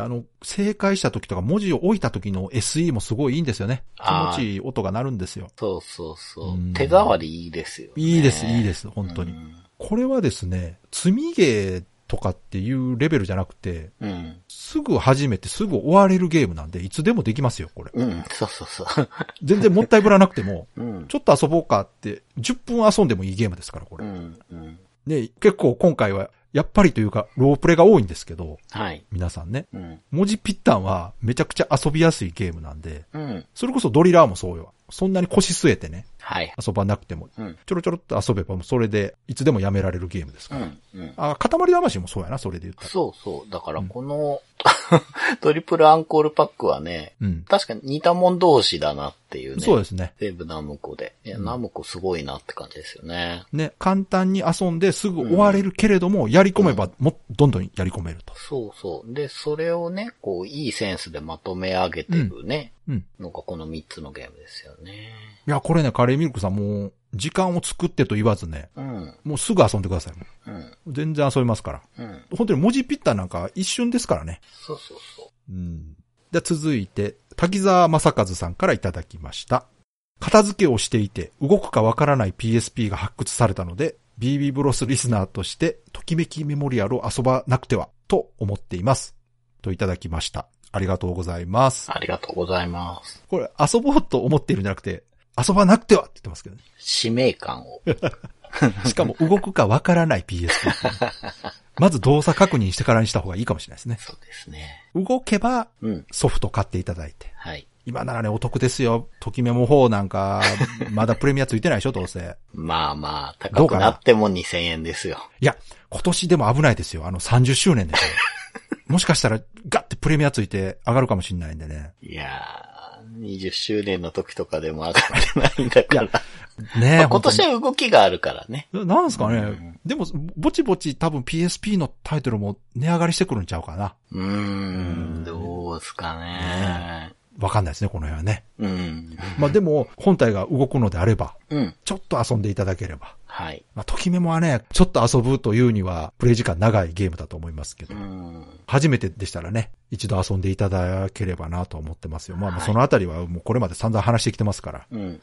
あの、正解した時とか文字を置いた時の SE もすごいいいんですよね。気
あー
持ちいい音が鳴るんですよ。
そうそうそうう。
ん
手触りいいですよ、ね。
いいです、いい
す。
です、本当に。これはですね、積みゲーとかっていうレベルじゃなくて、
うん。
すぐ始めてすぐ終われるゲームなんで、いつでもできますよ、これ。
うん、そうそうそう。 *laughs*
全然もったいぶらなくても、
うん。
ちょっと遊ぼうかって、10分遊んでもいいゲームですから、こ
う
れ。
ん、うん。
で、結構今回は、やっぱりというか、ロープレが多いんですけど、
はい。
皆さんね。
うん。
文字ぴったんはめちゃくちゃ遊びやすいゲームなんで、
うん。
それこそドリラーもそうよ。そんなに腰据えてね、
はい。
遊ばなくても、
うん。
ちょろちょろっと遊べばもうそれで、いつでもやめられるゲームです
う
から。
ん。うん。
あ、塊魂もそうやな、それで言ったら。
そうそう。だから
うん
この、 *laughs* トリプルアンコールパックはね、
うん。
確かに似たもん同士だなっていうね。
そう
で
ですね。
す。西武ナムコで。いや、
うん
ナムコすごいなって感じですよね。
ね、簡単に遊んですぐ終われるけれども、やり込めばも、どんどんやり込めると。
そうそう。で、それをね、こう、いいセンスでまとめ上げてるね、
うん。
のがこの3つのゲームですよね。
いや、これね、カレーミルクさんもう、時間を作ってと言わずね、
うん、
もうすぐ遊んでください。
うん、
全然遊べますから。
うん。
本当に文字ぴったんなんか一瞬ですからね。
そうそうそ
うん。じゃあ続いて、滝沢正和さんからいただきました。片付けをしていて動くかわからない PSP が発掘されたので、BB ブロスリスナーとして、ときめきメモリアルを遊ばなくては、と思っています。といただきました。ありがとうございます
う。。ありがとうございます。
これ、遊ぼうと思っているんじゃなくて、遊ばなくてはって言ってますけどね。
使命感を。
しかも動くかわからない PSP っていうね。まず動作確認してからにした方がいいかもしれないですね。
そうですね。
動けば
うん、
ソフト買っていただいて。
はい。
今ならね、お得ですよ。ときメモ4なんか、 *laughs* まだプレミアついてないでしょ、どうせ。
まあま
ど
あ、高
う
く
かな
なっても2000円ですよ。
いや、今年でも危ないですよ。あの30周年でしょ。もしかしたら、ガッてプレミアついて上がるかもしんないんでね。
いやー、20周年の時とかでも上がってないんだから。
ねえ、
まあ今年
本
は動きがあるからね。
当にななんですかね。
うん
でも、ぼちぼち多分 PSP のタイトルも値上がりしてくるんちゃうかな。
うーん、どうですかね。
わかんないですね、この辺はね。
うん。
まあでも、本体が動くのであれば、
うん。
ちょっと遊んでいただければ。
はい。
まあ、ときメモはね、ちょっと遊ぶというには、プレイ時間長いゲームだと思いますけど
う。ん。
初めてでしたらね、一度遊んでいただければなと思ってますよ。まあまあ、
はい
そのあたりはもうこれまで散々話してきてますから。
うん、うん。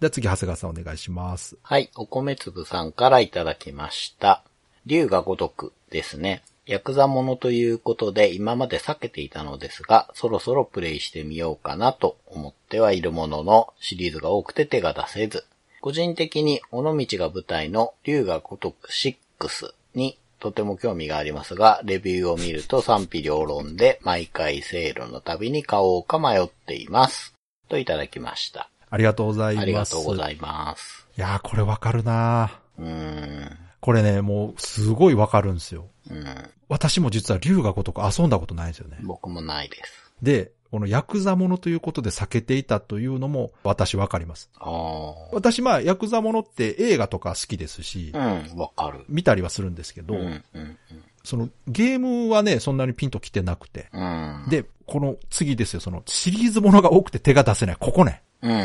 じゃあ次、長谷川さんお願いします。
はい、お米粒さんからいただきました。竜が如くですね。ヤクザものということで今まで避けていたのですが、そろそろプレイしてみようかなと思ってはいるものの、シリーズが多くて手が出せず。個人的に、尾道が舞台の竜が如く6にとても興味がありますが、レビューを見ると賛否両論で、毎回セールの度に買おうか迷っています。といただきました。
ありがとうございます。
ありがとうござ
い
います。
やー、これわかるな
うーん。
これね、もう、すごいわかるんですよ。
うん。
私も実は竜が如く遊んだことないんですよね。
僕もないです。
で、このヤクザものということで避けていたというのも私わかります。
ああ。
私まあ、ヤクザものって映画とか好きですし、
うん、わかる。
見たりはするんですけど、
うん、うん、
そのゲームはね、そんなにピンと来てなくて、
うん。うん、
で、この次ですよ、そのシリーズものが多くて手が出せない。ここね。
うん、うん、う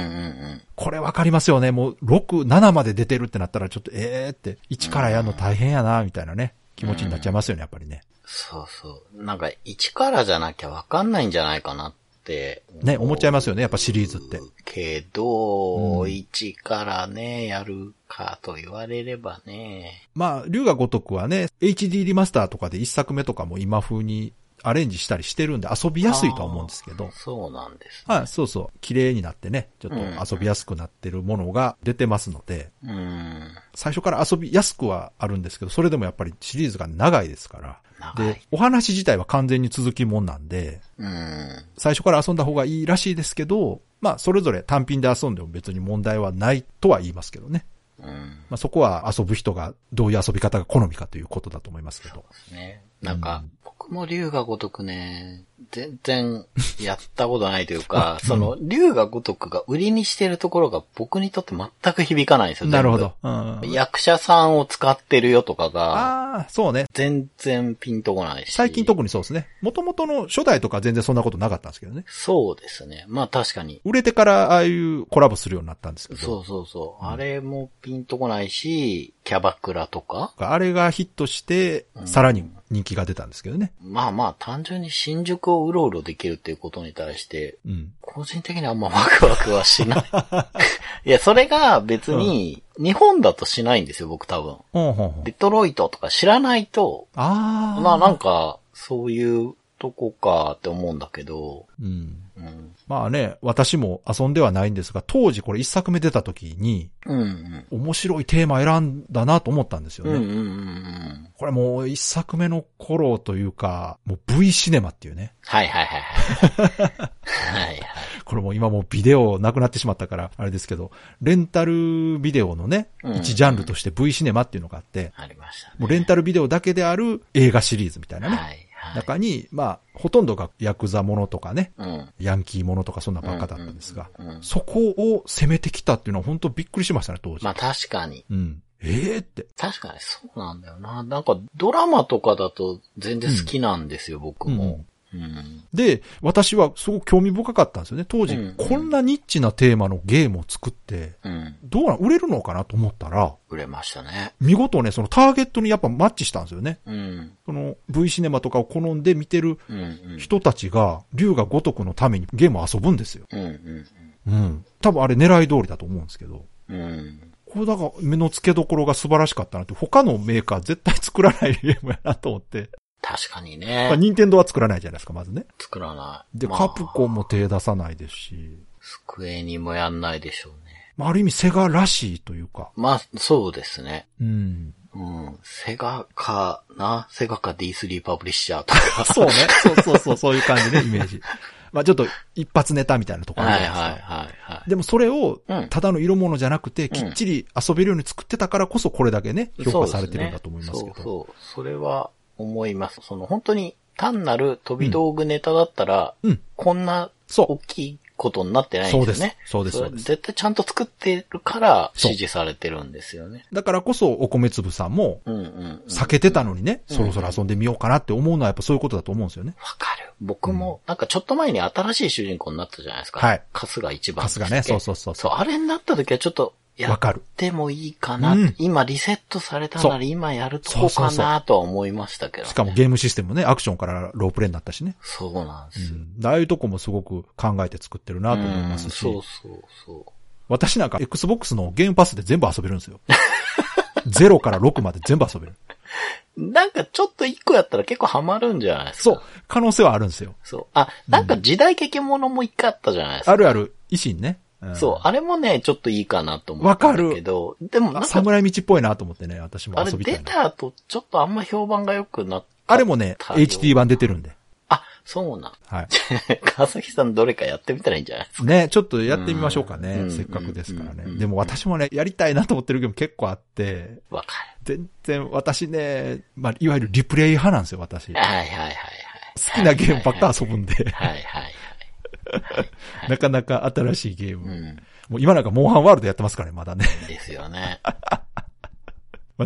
ん。
これわかりますよね。もう6、7まで出てるってなったらちょっとえーって、1からやるの大変やな、みたいなね。気持ちになっちゃいますよね、やっぱりね。
そうそう。なんか、一からじゃなきゃわかんないんじゃないかなって。
ね、思っちゃいますよね、やっぱシリーズって。。
けど、
うん
一からね、やるかと言われればね。
まあ、龍が如くはね、HD リマスターとかで1作目とかも今風にアレンジしたりしてるんで遊びやすいとは思うんですけど。
そうなんです、
はい、そうそう。綺麗になってね、ちょっと遊びやすくなってるものが出てますので、
うん。
最初から遊びやすくはあるんですけど、それでもやっぱりシリーズが長いですから。
長
で
い。、
お話自体は完全に続きもんなんで、
うん。
最初から遊んだ方がいいらしいですけど、まあ、それぞれ単品で遊んでも別に問題はないとは言いますけどね。
うん。
まあ、そこは遊ぶ人がどういう遊び方が好みかということだと思いますけど。
ね。なんか、
うん
僕も竜が如くね、全然やったことないという
*laughs*
か、その、竜が如くが売りにしてるところが僕にとって全く響かないんですよ。全部
なるほど。。うん。
役者さんを使ってるよとかが、
ああ、そうね。
全然ピンとこないし。
最近特にそうですね。元々の初代とか全然そんなことなかったんですけどね。
そうですね。まあ確かに。
売れてからああいうコラボするようになったんですけど。
そうそうそう。あれもピンとこないし、キャバクラとか
あれがヒットして、さらに人気が出たんですけどね。
まあまあ単純に新宿をうろうろできるっていうことに対して、
うん。
個人的にあんまワクワクは
*laughs*
しない。いや、それが別に、日本だとしないんですよ、僕多分。
ほんほんほん
デ。トロイトとか知らないと、
ああ。
まあなんか、そういうとこかって思うんだけど、
うん。
うん。
まあね、私も遊んではないんですが、当時これ一作目出た時に、
うんうん。
面白いテーマ選んだなと思ったんですよ
う
ね。
んうんうんうん。
これもう一作目の頃というか、もう V シネマっていうね。
はいはいはい
*laughs*
はい。はいはい。
これもう今もうビデオなくなってしまったから、あれですけど、レンタルビデオのね、
うん
一ジャンルとして V シネマっていうのがあって、
ありましたね。
もうレンタルビデオだけである映画シリーズみたいな
はい
ね。
はい。
中に、まあ、ほとんどがヤクザものとかね、
うん。
ヤンキーものとかそんなばっかだったんですが、
うんうんうん
そこを攻めてきたっていうのは本当びっくりしましたね、当時。
まあ確かに。
うん。ええって。
確かにそうなんだよな。なんかドラマとかだと全然好きなんですよ、僕も。うん。
で、私はすごく興味深かったんですよね。当時、
うん
こんなニッチなテーマのゲームを作って、
うん。
どうなん、売れるのかなと思ったら、
売れましたね。
見事ね、そのターゲットにやっぱマッチしたんですよね。
うん。
その V シネマとかを好んで見てる
うんうん。
人たちが、竜が如くのためにゲームを遊ぶんですよ。
うんうん
うん。多分あれ狙い通りだと思うんですけど。
うん。うん。
これだから目の付けどころが素晴らしかったなって、他のメーカー絶対作らないゲームやなと思って。
確かに
まあ、
ね。
任天堂は作らないじゃないですか、まずね。
作らない。
で、
まあ
カプコンも手出さないですし、
机にもやんないでしょうね。
まあ、ある意味セガらしいというか。
まあ、そうですね。
うん。
うん。セガかな。セガか D3 パブリッシャーとか。
そうね。そうそうそう、そういう感じ *laughs* ね、イメージ。まあちょっと一発ネタみたいなと *laughs* ころあ
は
る
い
じ
は
ゃない
いは
ですか。
いはい。
でもそれを
うん、
ただの色物じゃなくて、きっちり遊べるように作ってたからこそこれだけね、評価されてるんだと思いますけ
そう
ど。
そう。それは思います。その本当に単なる飛び道具ネタだったら、
うん
こんな
そう
大きいことになってないん
そうで
で
すす
よね。。
そうです、
そ
そ
れ
うです。
絶対ちゃんと作ってるから
そう
支持されてるんですよね。
だからこそ、お米粒さんも、
うんうんうん。
避けてたのにね、
うん
そろそろ遊んでみようかなって思うのはやっぱそういうことだと思うんですよね。
わかる。僕も、なんかちょっと前に新しい主人公になったじゃないですか。
はい
春日一番。
カスがね、そうそうそう。
そう、あれになった時はちょっと、や
わ
っ
かる。
てもいいかな。
うん
今リセットされた
そ
な
う
ら今やるとこかなとは思いましたけど、ね。
しかもゲームシステムもね、アクションからロープレイになったしね。
そうなんです
う
よ。
ん。ああいうとこもすごく考えて作ってるなと思いますし
う、んそうそうそう。
私なんか Xbox のゲームパスで全部遊べるんですよ。0から6まで全部遊べる。
なんかちょっと一個やったら結構ハマるんじゃないですか。
そう。。可能性はあるんですよ。
そう。あ、なんか時代劇ものも一回あったじゃないですか。
あるある、維新ね。ん
そう。あれもね、ちょっといいかなと思ったんだけど、でもなん
あ。
か、
侍道っぽいなと思ってね、私も
あれ
遊びた
出
いな。
た後、ちょっとあんま評判が良くなっ
あれもね、
たよ
HD 版出てる
*laughs*
んで。
あ、そうなん。 *laughs*
はい。
川崎さんどれかやってみたらいいんじゃないですか。
ね、ちょっとやってみましょうか
う
ね。
ん
せっかくですから
う
ね。
ん
でも私もね、やりたいなと思ってるゲーム結構あって、
わか
全然私ね、まあ、いわゆるリプレイ派なんですよ、私。
る。
好
はいはいはいはい。
きなゲームばっか遊ぶんで、
はいはいはい。
なかなか新しいゲー
う
ム。
ん。
もう今なんかモンハンワールドやってますからね、まだね。 *laughs*
ですよね。
ま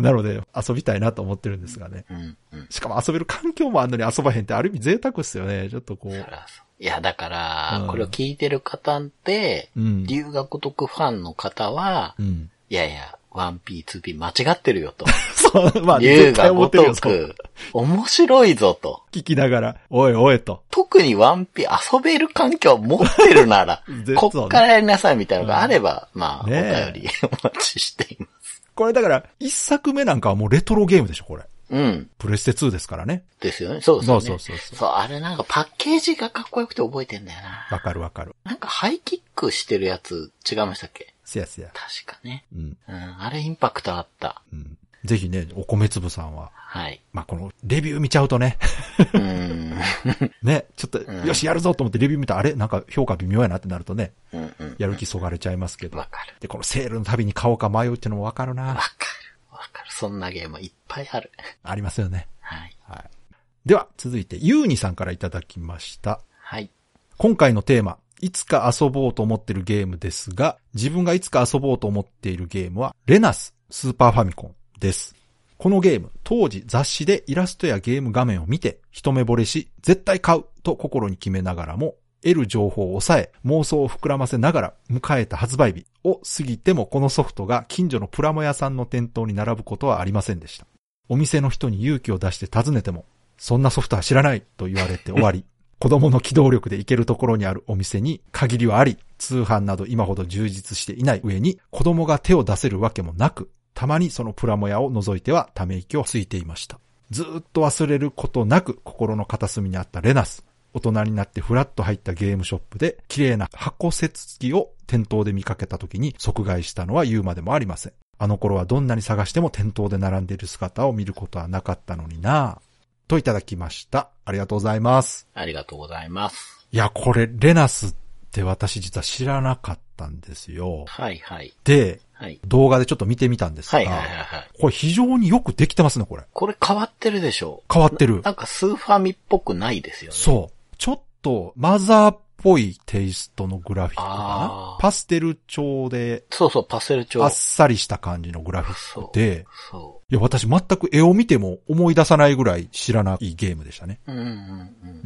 あなので、遊びたいなと思ってるんですがね。
うんうん。
しかも遊べる環境もあんのに遊ばへんってある意味贅沢っすよね。ちょっとこ、
そうらそういや、だから、
うん
これを聞いてる方って、
うん。
留学得ファンの方は
う、ん。 *laughs*
いやいや、1P、2P 間違ってるよと。
そう、 *laughs* まあ、
龍
絶
が
対思ってるよ、
如
そう
く、面白いぞと。
聞きながら、おいおいと。
特に 1P 遊べる環境を持ってるなら
*laughs* 絶、
こ
そう
っ
ね
からやりなさいみたいなのがあれば、まあ、お
ねえ
便りお待ちしていま
これだから、一作目なんかはもうレトロゲームでしょ、これ。
す。うん。
プレステ2ですからね。
ですよね。そうですよね。
そうそうそう
そう、あれなんかパッケージがかっこよくて覚えてんだよな。
わかるわかる。
なんかハイキックしてるやつ違いましたっけ
せやせや。
確かね。
うん。
うん、あれインパクトあった。
うん。ぜひね、お米粒さんは、
はい。
まあ、この、レビュー見ちゃうとね、
うん。
ね、ちょっと、
ん
よし、やるぞと思ってレビュー見たら、あれなんか評価微妙やなってなるとね、
うんうん。
やる気そがれちゃいますけど
わ。かる。
で、このセールの度に買おうか迷うってのもわかる
わ
な。
かる。わかる。そんなゲームいっぱいある。
ありますよね。
はい。
はい。では、続いて、ゆうにさんからいただきました。
はい。
今回のテーマ、いつか遊ぼうと思ってるゲームですが、自分がいつか遊ぼうと思っているゲームは、レナススーパーファミコンです。このゲーム、当時雑誌でイラストやゲーム画面を見て、一目惚れし、絶対買うと心に決めながらも、得る情報を抑え、妄想を膨らませながら迎えた発売日を過ぎてもこのソフトが近所のプラモ屋さんの店頭に並ぶことはありませんでした。お店の人に勇気を出して尋ねても、そんなソフトは知らないと言われて終わり、子供の機動力で行けるところにあるお店に限りはあり、通販など今ほど充実していない上に子供が手を出せるわけもなく、たまにそのプラモ屋を覗いてはため息をついていました。ずーっと忘れることなく心の片隅にあったレナス。大人になってフラッと入ったゲームショップで綺麗な箱セツ付きを店頭で見かけた時に即買いしたのは言うまでもありません。あの頃はどんなに探しても店頭で並んでいる姿を見ることはなかったのになぁ。といただきました。ありがとうございます。
ありがとうございます。
いや、これ、レナスって私実は知らなかったんですよ。
はいはい。
で、
はい。
動画でちょっと見てみたんですが、
はいはいはいはい。
これ非常によくできてますね、これ。
これ変わってるでしょ
変わってる。
なんかスーファミっぽくないですよね。
そう。ちょっと、マザーっぽいテイストのグラフィックか
あ
な
ー
パステル調で、
そうそう、パセル調
あっ。さりした感じのグラフィックで、
そ
いや、私全く絵を見ても思い出さないぐらい知らないゲームでしたね。
う。うんうん
う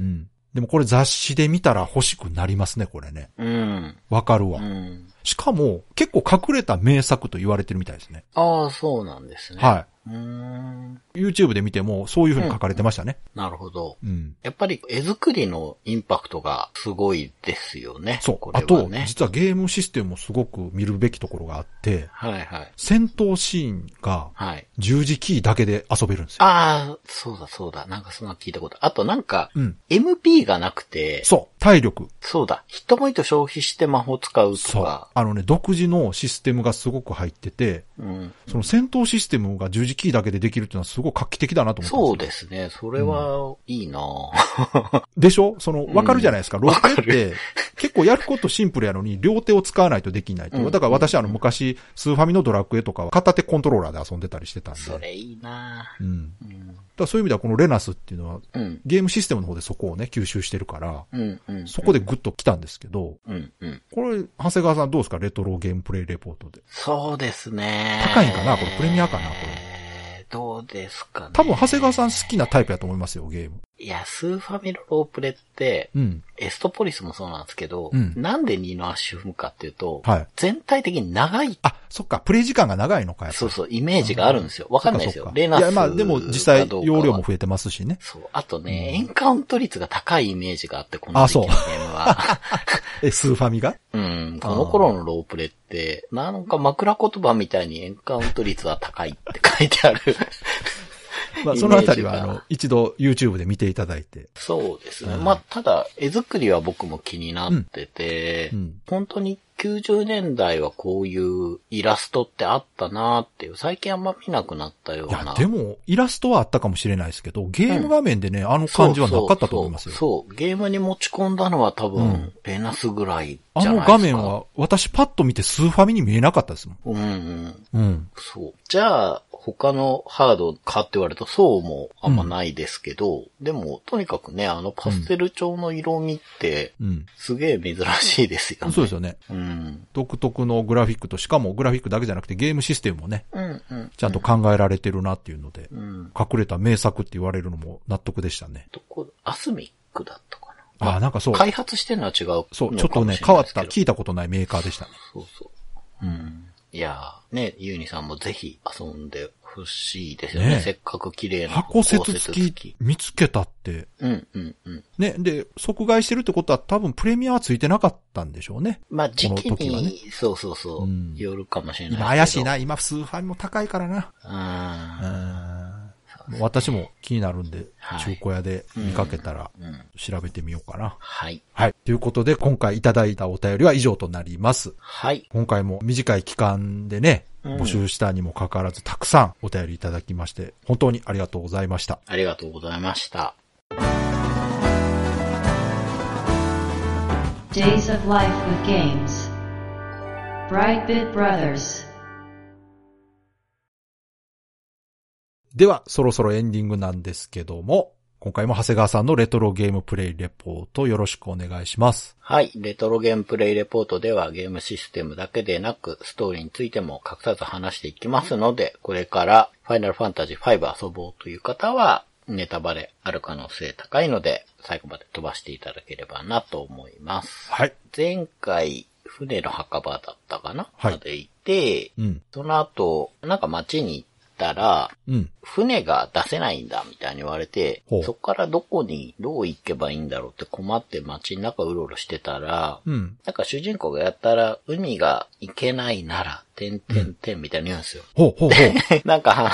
ん。でもこれ雑誌で見たら欲しくなりますね、これね。
うん。うん。
わかる
う
わ。
ん。
しかも、結構隠れた名作と言われてるみたいですね。
ああ、そうなんですね。。
はい
うーん。
い。YouTube で見ても、そういう風に書かれてましたね。
なるほど。
うん。
やっぱり絵作りのインパクトがすごいですよね。
そう。
これ
あと
は、ね。
実はゲームシステムもすごく見るべきところがあって、
はいはい。
戦闘シーンが
はい。
十字キーだけで遊べるんですよ。
ああ、そうだそうだ。なんかそんなの聞いたこと。あとなんか、
うん。
MP がなくて、
そう。体力。
そうだ。ヒットポイント消費して魔法使う
そ
と
う。
か
あ、のね、独自のシステムがすごく入ってて、
うん。
その戦闘システムが十字キーだけでできるっていうのはすごい画期的だなと思って
そう
すよ。
ですね。それはいい
*laughs*
なぁ
でしょその、わかるじゃないですか。ロケ
わか
って、結構やることシンプルやのに、両手を使わないとできないと。
うん
だから私、あの、昔、スーファミのドラクエとかは片手コントローラーで遊んでたりしてたんで。
それいいな
うん。だ
ぁう
か
ん。
らそういう意味では、このレナスっていうのは、
うん。
ゲームシステムの方でそこをね、吸収してるから、
うん。うん。
そこでグッと来たんですけど、
うん。うん。
これ、長谷川さんどうですかレトロゲームプレイレポートで。
そうですね。
高いんかなこれプレミアかなこ
れ。どうですかね。
多分、長谷川さん好きなタイプやと思いますよ、ゲーム。
いや、スーファミのロープレって、
うん。
エストポリスもそうなんですけど、
うん
なんで2の足踏むかっていうと、
はい。
全体的に長い、
あ、そっか、プレイ時間が長いのか、やっぱ
そうそう、イメージがあるんですよ。わかんないです
そ
よ
っ。か
レナス
いや、まあ、でも実際、
かどうかは
容量も増えてますしね。
そう。あと
う
ね、
ん
エンカウント率が高いイメージがあって、この
あ
時期
そう
のゲームは。
え、スーファミが
うん。この頃のロープレって、なんか枕言葉みたいにエンカウント率は高いって書いてあ
*laughs*
る。
まあ、
イメージ
そ
が
のあたりは、あの、一度 YouTube で見ていただいて。
そうですね。
うん
まあ、ただ、絵作りは僕も気になってて、
うん。
本当に90年代はこういうイラストってあったなーっていう、最近あんま見なくなったよう
いや
な、。
でも、イラストはあったかもしれないですけど、ゲーム画面でね、あの感じはなかったと思いますよ。
そうそうそう、ゲームに持ち込んだのは多分、
うん
レナスぐらいじゃ
あ
な
の
いですか。
画面。は、私パッと見てスーファミに見えなかったですもん。
うんうん。
うん。
そう。じゃあ、他のハードかって言われるとそうもあんまないですけど、でも、とにかくね、あのパステル調の色味って、
うん。
すげえ珍しいですよね。
そうです
よ。
よね。
うん。
独特のグラフィックと、しかもグラフィックだけじゃなくてゲームシステムもね、
うんうん。
ちゃんと考えられてるなっていうので、
うん。
隠れた名作って言われるのも納得でしたね。
どこ、アスミックだったかな。
ああ、なんかそう。
開発してるのは違うのかもし
そ
れ
う、
ない
ちょっとね、変わった、聞いたことないメーカーでしたね。
そうそう。うん。いやー、ね、ゆうにさんもぜひ遊んでほしいですよね。
ね
せっかく綺麗な
箱説
公
付き。見つけたって、
うんうんうん。
ね、で、即買いしてるってことは多分プレミアはついてなかったんでしょうね。
まあ、時期
この時はね
に、そうそうそう、
うん
よるかもしれない
今怪しい
な。
な、今スーファミも高いからな。
うん。
うん。もう私も気になるんで、
はい
中古屋で見かけたら
うん。
調べてみようかな。
はい。
はい。ということで、今回いただいたお便りは以上となります。
はい。
今回も短い期間でね、
うん
募集したにもかかわらずたくさんお便りいただきまして、本当にありがとうございました。
ありがとうございました。
Days of Life with Games. Brightbit Brothers.
では、そろそろエンディングなんですけども、今回も長谷川さんのレトロゲームプレイレポートよろしくお願いします。
はい。レトロゲームプレイレポートではゲームシステムだけでなく、ストーリーについても隠さず話していきますので、これからファイナルファンタジー5遊ぼうという方は、ネタバレある可能性高いので、最後まで飛ばしていただければなと思います。
はい。
前回、船の墓場だったかな、
はい
まで行って、
うん。
その後、なんか街に行ったら、
うん。
船が出せないんだみたいに言われて
ほう、
そこからどこにどう行けばいいんだろうって困って街の中うろうろしてたら、
うん。
なんか主人公がやったら、海が行けないなら、てんてんてんみたいに言うんですよ。 *laughs*
ほうほうほう。
なんかは、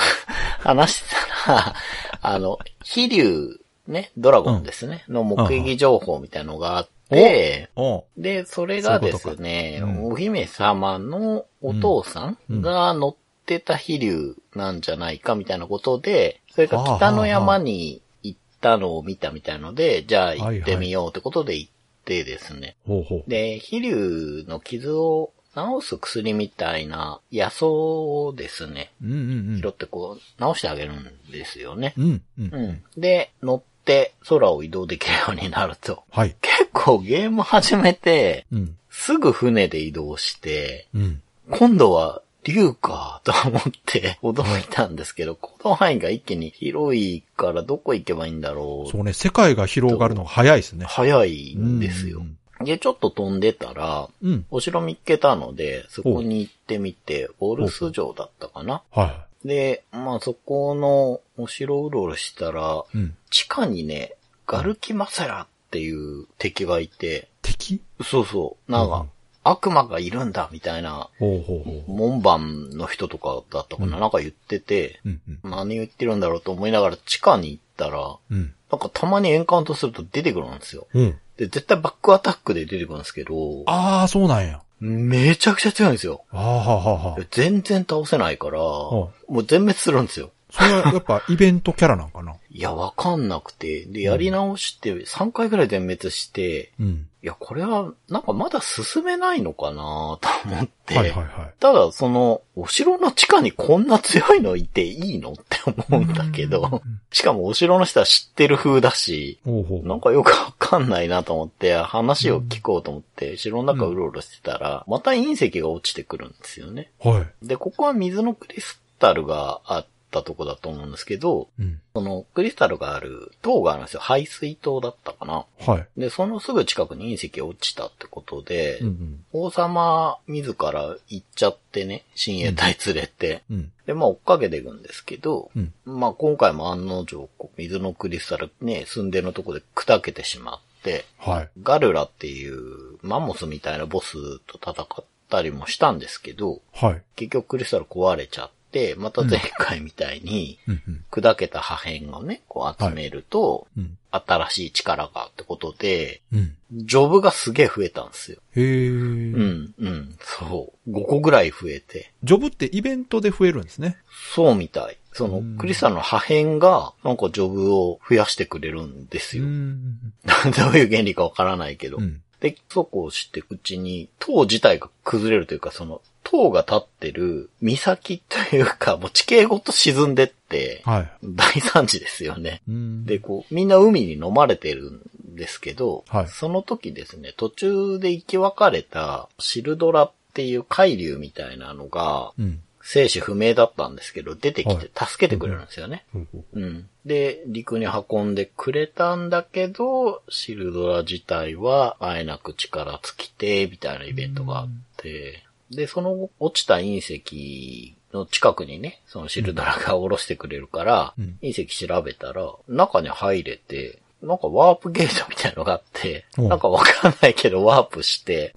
話してたら、あの、飛竜、ね、ドラゴンですね、の目撃情報みたいのがあって、
*laughs* おう
で、それがですね、
そういうことかうん
お姫様のお父さ
うんうん
んが乗ってた飛竜なんじゃないかみたいなことで、それが北の山に行ったのを見たみたいので、じゃあ行ってみようってことで行ってですね。
ほうほう。
で、飛竜の傷を治す薬みたいな野草をですね、
うんうん
拾ってこう、治してあげるんですよね
う。ん。うんう。
うんん。で、乗って空を移動できるようになると。
はい。
結構ゲーム始めて、
うん。
すぐ船で移動して、
うん。
今度は竜かと思って *laughs* 驚いたんですけど、行動範囲が一気に広いからどこ行けばいいんだろ。
そううね、世界が広がるのが早いですね。
早いんですよ
う。ん
で、ちょっと飛んでたら、
うん。うん。
お城見っけたので、そこに行ってみて、ボルス城だったかな。
は
で、まあそこのお城うろうろしたら、
い。うん。
地下にね、ガルキマセラっていう敵がいて、
敵
そうそう、なん
う
か
ん、
悪魔がいるんだみたいな
ほうほうほ
門番の人とかだったかな、
うん
なんか言ってて、
う。うんうん。
何言ってるんだろうと思いながら地下に行ったら、
うん。
なんかたまにエンカウントすると出てくるんですよ。
うん。
で、絶対バックアタックで出てくるんですけど、
ああ、そうなんや。
めちゃくちゃ強いんですよ。
ああ、はあはあはあ。
全然倒せないから、もう全滅するんですよ。
それはやっぱイベントキャラなんかな。
いや、わかんなくて、で、やり直して、3回ぐらい全滅して、
うん。
いや、これは、なんかまだ進めないのかなと思って、
はいはいはい。
ただ、その、お城の地下にこんな強いのいていいのって思うんだけど、しかもお城の人は知ってる風だし、
ほうほう。
なんかよくわかんないなと思って、話を聞こうと思って、城の中うろうろしてたら、また隕石が落ちてくるんですよね。
は
で、ここは水のクリスタルがあったとこだと思うんですけど、
い。うん。
そのクリスタルがある塔があるんですよ。排水塔だったかな。
はい。
で、そのすぐ近くに隕石落ちたってことで、
うんうん。
王様自ら行っちゃってね、親衛隊連れて。
うん。
で、まあ追っかけていくんですけど、
うん
まあ今回も案の定、こう水のクリスタルね、住んでるとこで砕けてしまって、
はい。
ガルラっていうマンモスみたいなボスと戦ったりもしたんですけど、
はい。
結局クリスタル壊れちゃって、また前回みたいに
うんうん。
砕けた破片をね、こう集めると、
うん。
新しい力がってことで、
うん。
ジョブがすげえ増えたんですよ。
へえ。
う。ん、うん、そう。5個ぐらい増えて。
ジョブってイベントで増えるんですね。
そうみたい。その
うん、
クリスタルの破片が、なんかジョブを増やしてくれるんですよ。
ん。
*laughs* どういう原理かわからないけど。
うん。
で、そうこうしてうちに、塔自体が崩れるというか、その、塔が立ってる岬というか、もう地形ごと沈んでって、
はい。
大惨事ですよね。
うん。
で、、こう、みんな海に飲まれてるんですけど、
はい
その時ですね、途中で生き別れたシルドラっていう海流みたいなのが、
うん。
生死不明だったんですけど、出てき
はい
て助けてくれるんですよね。
ほうほう
うん。で、陸に運んでくれたんだけど、シルドラ自体は、あえなく力尽きて、みたいなイベントがあって、で、その落ちた隕石の近くにね、そのシルドラが下ろしてくれるから、
うん
隕石調べたら、中に入れて、なんかワープゲートみたいのがあって、
うん
なんかわかんないけどワープして、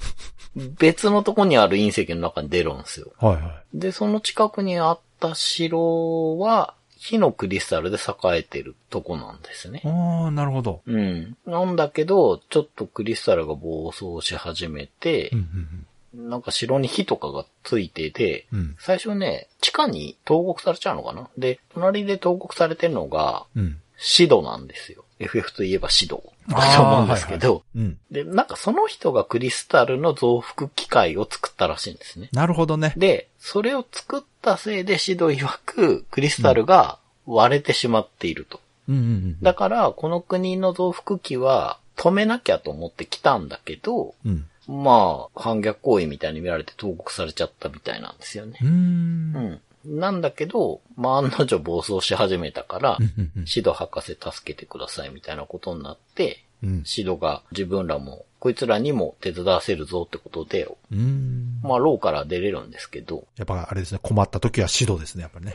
別のとこにある隕石の中に出るんですよ。
はいは
で、その近くにあった城は、火のクリスタルで栄えてるとこなんですね
い。。ああ、なるほど。
うん。なんだけど、ちょっとクリスタルが暴走し始めて
うん、うん
なんか城に火とかがついてて、
うん。うん。
最初ね、地下に投獄されちゃうのかなで、隣で投獄されてるのが、
うん。
シドなんですよ。FF といえばシド
あー
だと思うんですけど、
うん。
で、なんかその人がクリスタルの増幅機械を作ったらしいんですね。
なるほどね。
で、それを作ったせいでシド曰く、クリスタルが割れてしまっていると。
うんうん
だから、この国の増幅機は止めなきゃと思って来たんだけど、
うん。うん。
まあ、反逆行為みたいに見られて投獄されちゃったみたいなんですよね
う。ーん
う。ん。なんだけど、まあ案の定暴走し始めたから
う、んうん
シド博士助けてくださいみたいなことになって、
うん。
シドが自分らも、こいつらにも手伝わせるぞってことで、
うん。
まあ牢から出れるんですけど、
やっぱあれですね、困った時は指導ですね、やっぱりね。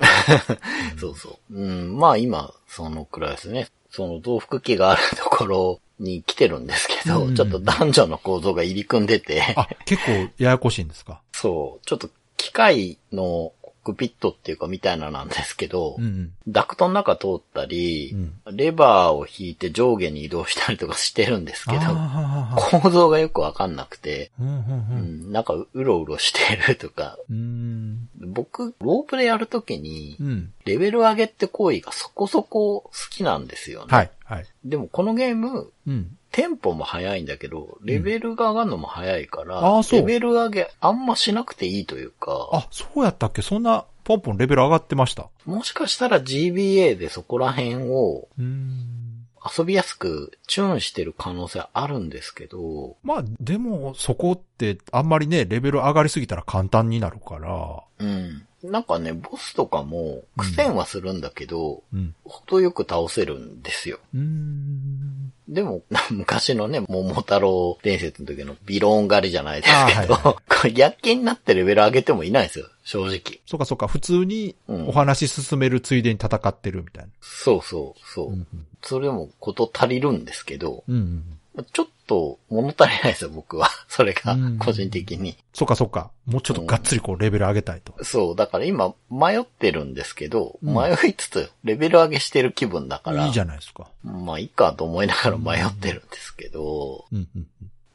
そうそう。うん、まあ今、そのくらいですね。その増幅器があるところに来てるんですけど、
うん
ちょっと男女の構造が入り組んでて、
あ、結構ややこしいんですか。
そう、ちょっと機械のコックピットっていうかみたいななんですけど、
うん
ダクトの中通ったり
う、ん。
レバーを引いて上下に移動したりとかしてるんですけど、
あ
構造がよくわかんなくて、
ーうんう
うんん、なんかうろうろしてるとか、
うんうん。
僕、ロープでやるときに
う、ん。
レベル上げって行為がそこそこ好きなんですよね。
はい、はい。
でもこのゲーム、
うん。
テンポも速いんだけど、レベルが上がるのも早いから、
あーそう
レベル上げあんましなくていいというか、
あ、そうやったっけそんな、ポンポンレベル上がってました。
もしかしたら GBA でそこら辺を
うん。
遊びやすくチューンしてる可能性あるんですけど、
まあ、でも、そこって、あんまりね、レベル上がりすぎたら簡単になるから、
うん。なんかね、ボスとかも苦戦はするんだけど、
うん。
程よく倒せるんですよ。
うん。
でも、 *laughs* 昔のね、桃太郎伝説の時のビローン狩りじゃないですけど、
あーは
*laughs* これ躍起になってレベル上げてもいないんですよ、正直。
そうかそうか、普通に
うん
お話進めるついでに戦ってるみたいな。
そうそう、そう。
うん
それでもこと足りるんですけど、
うんうん。
ちょっと物足りないですよ、僕は。 *laughs* それが
うん、
個人的に。
そうかそうか、もうちょっとがっつりこう、レベル上げたいと。
そう、だから今迷ってるんですけど、
うん
迷いつつレベル上げしてる気分だから、
いいじゃないですか。
まあいいかと思いながら迷ってるんですけど、
うんうんうん。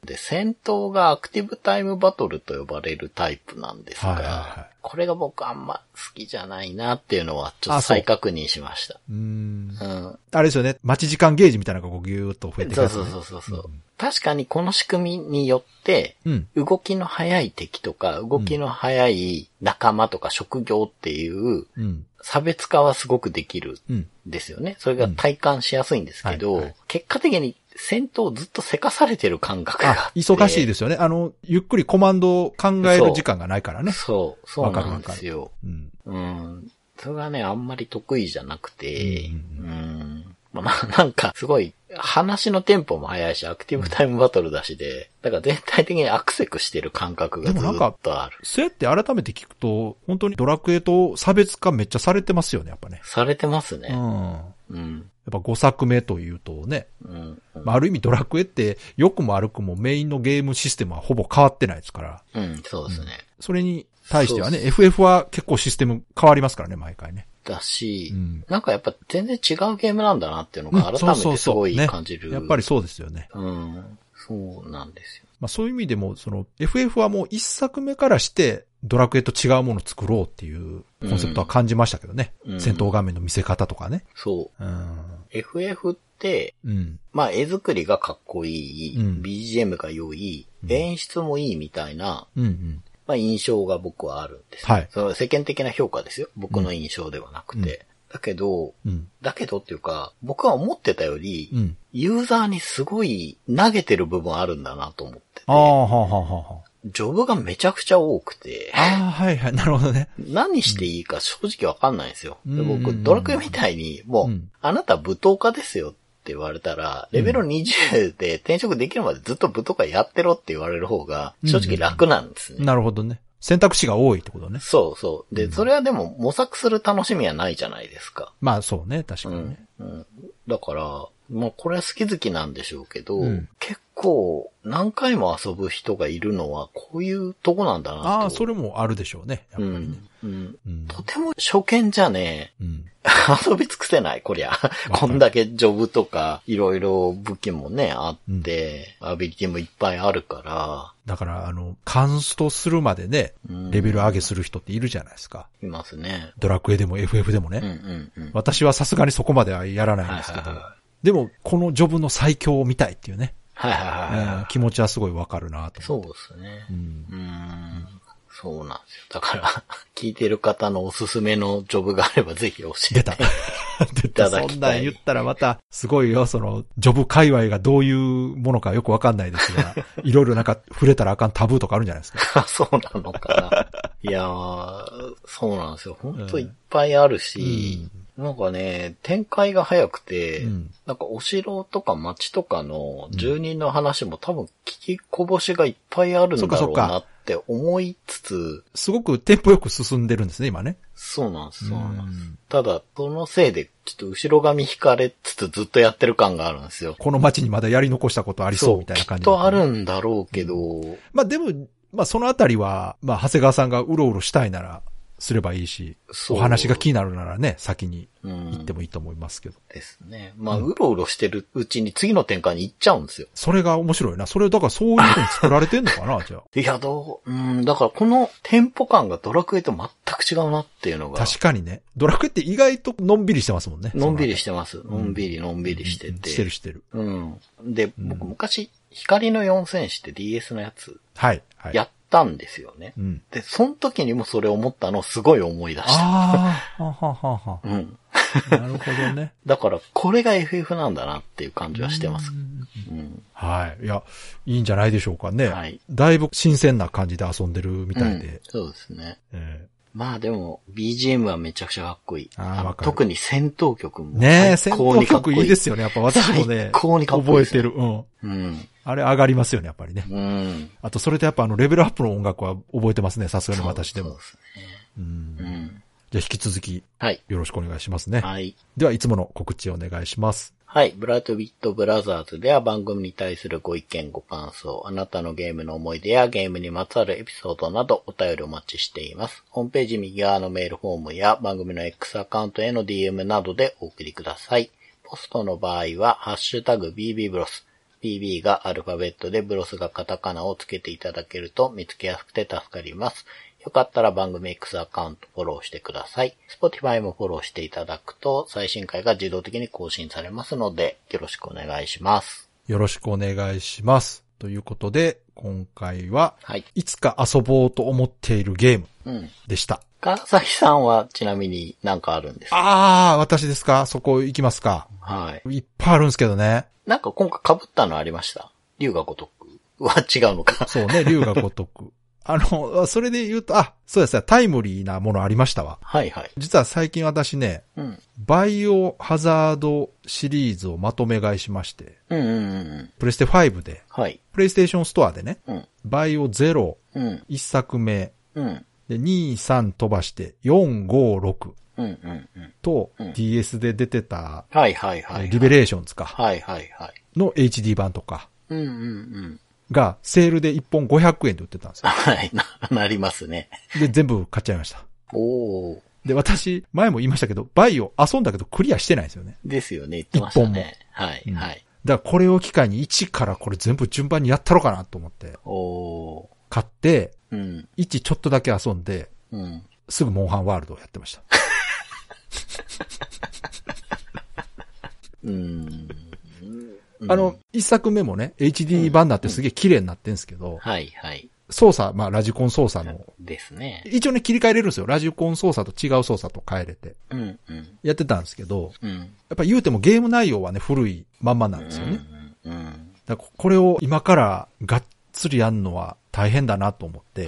で、戦闘がアクティブタイムバトルと呼ばれるタイプなんですが、
はいはいはい
これが僕あんま好きじゃないなっていうのはちょっ
あ
と
そう
再確認しました。
うーん。
うん、
あれですよね、待ち時間ゲージみたいなのがこうギューっと増えてく
そう
る。
そうそうそうそう。確かにこの仕組みによって、
うん。
動きの速い敵とか、動きの速い仲間とか職業っていう
うん。
差別化はすごくできる
うん。
んですよね。それが体感しやすいんですけ
う
ど、
んはいはい
結果的に戦闘をずっとせかされてる感覚があ
あ
っ、て。
忙しい
で
ですよね。あの、ゆっくりコマンドを考える時間がないからね。
そう、そうなんですよ。
うん。
うん。それがね、あんまり得意じゃなくて、
う
うん。まあ、 *laughs* ななんか、すごい、話のテンポも速いし、アクティブタイムバトルだしで、だから全体的にアクセクしてる感覚が
で
ず
も
っ
なんか
とある。
そうやって改めて聞くと、本当にドラクエと差別化めっちゃされてますよね、やっぱね。
されてます
うん。
ね。
や
うん。
っぱ5作目というとね、
うん。うん
まあ、ある意味ドラクエって良くも悪くもメインのゲームシステムはほぼ変わってないですから、
うん、そうですね。
それに対しては
そ
ね、FF は結構システム変わりますからね、毎回ね。
だし、
うん
なんかやっぱ全然違うゲームなんだなっていうのが
うん
改
そう
め
そう
てす
そう
ごい
ね
感じる。
やっぱり。そうですよね。
うん。そうなんですよ。
まあそういう意味でも、その FF はもう一作目からして、ドラクエと違うものを作ろうっていうコンセプトは感じましたけどね。
うん
戦闘画面の見せ方とかね。
そ
うん。
う。FF って、
うん。
まあ絵作りがかっこいい、
うん
BGM が良い、
うん
演出もいいみたいな、
うんうん。
まあ印象が僕はあるんです。
はい
その世間的な評価ですよ。僕の印象ではなくて。だけど、
うん。
だけどっていうか、僕は思ってたより、
うん。
ユーザーにすごい投げてる部分あるんだなと思ってて、
ああ、はあ、はあ、は
ジョブがめちゃくちゃ多くて、
あ。ああ、はいはい。なるほどね。
何していいか正直わかんないんですよ。で
うん
僕、ドラクエみたいに、もう、
うん
あなた舞踏家ですよって言われたら、レベル20で転職できるまでずっと舞踏家やってろって言われる方が、正直楽なんですね。
なるほどね。選択肢が多いってことね。
そうそう。で、それはでも模索する楽しみはないじゃないですか。
まあそうね、確か
う
に
ん
ね。。
うん、だから、まあこれは好き好きなんでしょうけど、
うん
結構何回も遊ぶ人がいるのはこういうとこなんだなと。
ああ、それもあるでしょうね。やっ
う
ぱりね。
ん。うん。
うん。
とても初見じゃね、
うん。
*laughs* 遊び尽くせない、こりゃ。こんだけジョブとか、いろいろ武器もね、あって、アビリティもいっぱいあるか
だから、あの、カンストするまでね、
ら、うん、
レベル上げする人っているじゃないですか。
いますね。
ドラクエでも FF でもね。
うんうんうん。
私はさすがにそこまではやらないん
はい
です
は
け
い
ど。
は
でも、このジョブの最強を見たいっていうね。
い。はいはいはいはい。
うん気持ちはすごいわかるなと思
そう
って。
ですね
う。ん
うーん。そうなんですよ。だから、 *laughs* 聞いてる方のおすすめのジョブがあればぜひ教え
出
て
た。 *laughs* 出た。
いただきたい
そんなん言ったらまた、すごいよ、その、ジョブ界隈がどういうものかよくわかんないです
*laughs*
が、いろいろなんか触れたらあかんタブーとかあるんじゃないですか。
あそうなの
*laughs*
かな。いやー、そうなんですよ。ほんと
うん
いっぱいあるし、なんかね、展開が早くて、
うん
なんかお城とか町とかの住人の話も多分聞きこぼしがいっぱいあるんだ
そ
ろ
っ
う
かそっか
なって思いつつ、
すごくテンポよく進んでるんですね、今ね。
そうなんです、そうなんです。
うん
ただ、そのせいで、ちょっと後ろ髪引かれつつずっとやってる感があるんですよ。
この街にまだやり残したことありそうみたいな感じ。
きっとあるんだろうけど、
まあでも、まあそのあたりは、まあ長谷川さんがうろうろしたいなら、すればいいし、
そう
お話が気になるならね、先に
うん
行ってもいいと思いますけど。
ですね。まあ、うろうろしてるうちに次の展開に行っちゃうんですよ。
それが面白いな。それをだからそういうふうに作られてんのかな、じ
*laughs*
ゃ
いや、どう、うん、だからこのテンポ感がドラクエと全く違うなっていうの
あ。
が、
確かにね。ドラクエって意外とのんびりしてますもんね。
のんびり
し
してます。のんびりのんびりしてて。
してるしてる。
うん。で、僕
うん
昔、光の四戦士って DS のやつ、
はい。はい。
やったんですよね。
うん。
で、その時にもそれ思ったのをすごい思い出した。
ああ、はははは
うん。
は。なるほど
*laughs*
ね。
だから、これが FF なんだなっていう感じはしてます。うん。
はい。いや、いいんじゃないでしょうかね。
はい
だいぶ新鮮な感じで遊んでるみたい
うん
で。
そうですね。
え
まあでも、BGM はめちゃくちゃかっこいい。
あー
あの
わかる
特に戦闘曲
え
も
ねえ、
最
戦
高
闘
にかっこ
曲
いい。
いいですよね。やっぱ私もね、
最高にかっこ
覚
いいで
え
す
てる。うん。
うん。
あれ上がりますよね、やっぱりね。
うん。
あと、それとやっぱあの、レベルアップの音楽は覚えてますね、さすがに私で
そう
も。
す
うん
ね。うん。
じゃあ、引き続き、
はい。
よろしくお願いしますね。
はい。
では、いつもの告知をお願いします。
はい。ブラッドビットブラザーズでは番組に対するご意見、ご感想、あなたのゲームの思い出やゲームにまつわるエピソードなどお便りお待ちしています。ホームページ右側のメールフォームや番組の X アカウントへの DM などでお送りください。ポストの場合は、ハッシュタグ BB ブロス。BB がアルファベットでブロスがカタカナをつけていただけると見つけやすくて助かります。よかったら番組 X アカウントフォローしてください。Spotify もフォローしていただくと最新回が自動的に更新されますのでよろしくお願いします。
よろしくお願いします。ということで、今回は、
はい。
いつか遊ぼうと思っているゲーム
うん。
でした。
川崎さんはちなみに何かあるんですか
あー、私ですかそこ行きますか。
はい。
いっぱいあるんですけどね。
なんか今回被ったのありました龍が如くは違うのか。
そうね、竜が如く。あの、それで言うと、あ、そうですね、タイムリーなものありましたわ。
*laughs* はいはい。
実は最近私ね、
うん。
バイオハザードシリーズをまとめ買いしまして、
うんうんうんうん。
プレステ5で、
はい。
プレイステーションストアでね、
うん。
バイオ0、
うん。
1作目、
うん。
で、2、3飛ばして、4、5、6
うんうんうん。
と
うん
DS で出てた、
はいはいはい、はい。
リベレーションズか、
はいはいはい。
の HD 版とか
うんうんうん。 *laughs*
が、セールで1本500円で売ってたんですよ。
はい、な、なりますね。
で、全部買っちゃいました。
おー。
で、私、前も言いましたけど、バイオ遊んだけどクリアしてないんですよね。
ですよね、言ってましたね。はい、
うん
はい。
だからこれを機会に1からこれ全部順番にやったろかなと思って、
おー。
買って、
うん、
1ちょっとだけ遊んで、
うん。
すぐモンハンワールドをやってました。
うん。
あの、1作目もね、HD 版になってすげえ綺麗になってんですけど、
はい、はい。
操作、まあラジコン操作の、
ですね。
一応ね切り替えれるんですよ。ラジコン操作と違う操作と変えれて。
うん、うん、
やってたんですけど、
うん。
やっぱ言うてもゲーム内容はね、古いまんまなんですよね。
うん、うん。
だからこれを今からがっつりやんのは大変だなと思
*laughs*
って、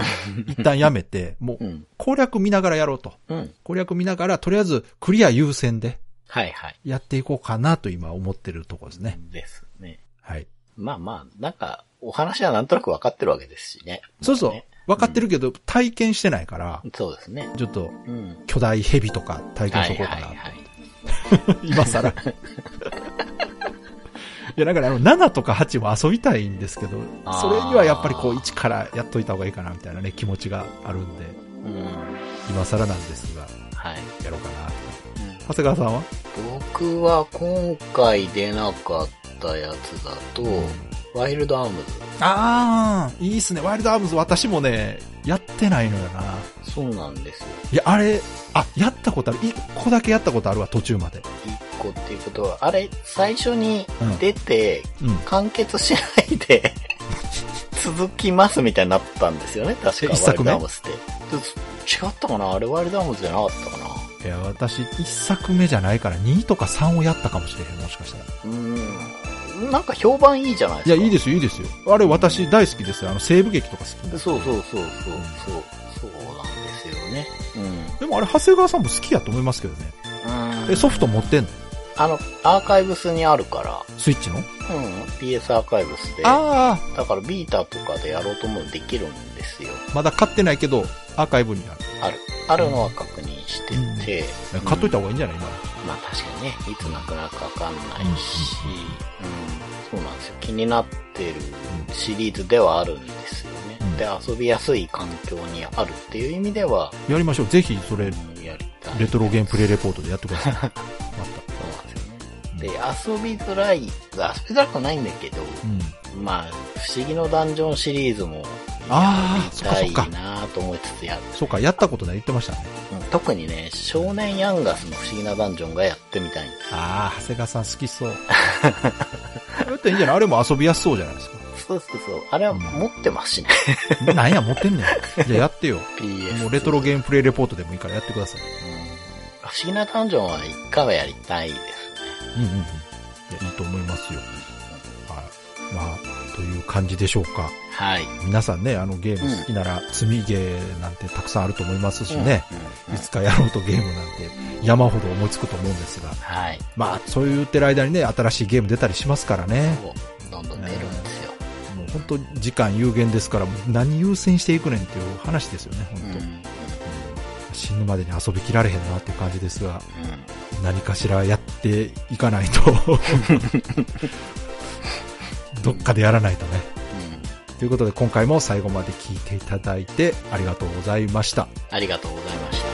一旦やめて、も
う、
うん攻略見ながらやろうと。
うん。
攻略見ながら、とりあえずクリア優先で
はい、はい。
やっていこうかなと今思ってるところですね。
ですね。
はい。
まあまあ、なんか、お話はなんとなく分かってるわけですしね。
そうそ
ね
う。分かってるけど、体験してないから、
そうですね。
ちょっと
うん。
巨大ヘビとか体験
は
しと
い、
こうか
はい、
な
はい。
今更。いや、だからあの、7とか8も遊びたいんですけど、
あー
それにはやっぱりこう、1からやっといた方がいいかな、みたいなね、気持ちがあるんで、
うん。
今更なんですが、
はい。
やろうかな。
うん
長谷川さんは
僕は今回出なかったやつだと、ワイルドアーム
あー、いいっすね。ワイルドアームズ、私もね、やってないのよな。
ズ。そうなんですよ。
いや、あれ、あ、やったことある。1個だけやったことあるわ、途中まで。
1個っていうことは、あれ、最初に
うん
出て、
うん。
完結しないで、 *laughs* 続きますみたいになったんですよね、確か。
え一作目
ワイルドアームスって。ちょ違ったかなあれワイルドアームスじゃなかったかない
や、私、一作目じゃないから、2とか3をやったかもしれへん、もしかしたら。
うーん。なんか評判いいじゃない
い
です
や、
か。
いいですよ、いいですよ。あれ、私、大好きですよ。あの、西部劇とか好きなんです
そうそうそうそうそう。そうなんですよね。うん。
でもあれ、長谷川さんも好きやと思いますけどね。え、ソフト持ってんの
あの、アーカイブスにあるから、
スイッチの
うん、PS アーカイブスで、だ
あ
からビーターとかでやろうと思うできるんですよ。
あ、まだ買ってないけど、アーカイブにある。
ある。あるのは確認してて。
え買っといた
うん
方がいいんじゃない今の。
まあ確かにね、いつなくなるかわかんないし、うん、そうなんですよ。気になってるシリーズではあるんですよね
うん。
で、遊びやすい環境にあるっていう意味では、
やりましょう。ぜひ、それ、
うんやりたい。
レトロゲームプレイレポートでやってください。また。
そうなんですよね。で、遊びづらい、遊びづらくないんだけど、
うん。
まあ、不思議のダンジョンシリーズも、
あー
やりた
そっかそ
い
っ
なと思いつつやる。
そうか、やったことない言ってましたね。
うん特にね、少年ヤンガスの不思議なダンジョンがやってみたいんです。
ああ、長谷川さん好き
*laughs*
そう。だっていいんじゃないあれも遊びやすそうじゃないですか。
そうそうそう。あれは持ってますしね。
なんや、持ってんねん。じゃあやってよ。
PS。
もうレトロゲームプレイレポートでもいいからやってください。
うん不思議なダンジョンは一回はやりたいですね。
うんうんうん。いや、いいと思いますよ。はい。まあ、という感じでしょうか。
はい。
皆さんね、あのゲーム好きなら、積みゲーなんてたくさんあると思いますしね。
うん。う
い
ん
つかやろうとゲームなんて山ほど思いつくと思うんですが。
はい。
まあ、そう言ってる間にね、新しいゲーム出たりしますからね。
そうどんどん出るんですよ。
もう本当時間有限ですから、もう何優先していくねんっていう話ですよね、本
う
当、
ん。うん。うん
死ぬまでに遊びきられへんなっていう感じですが、何かしらやっていかないと。どっかでやらないとね。
うん
ということで今回も最後まで聞いていただいてありがとうございました。
ありがとうございました。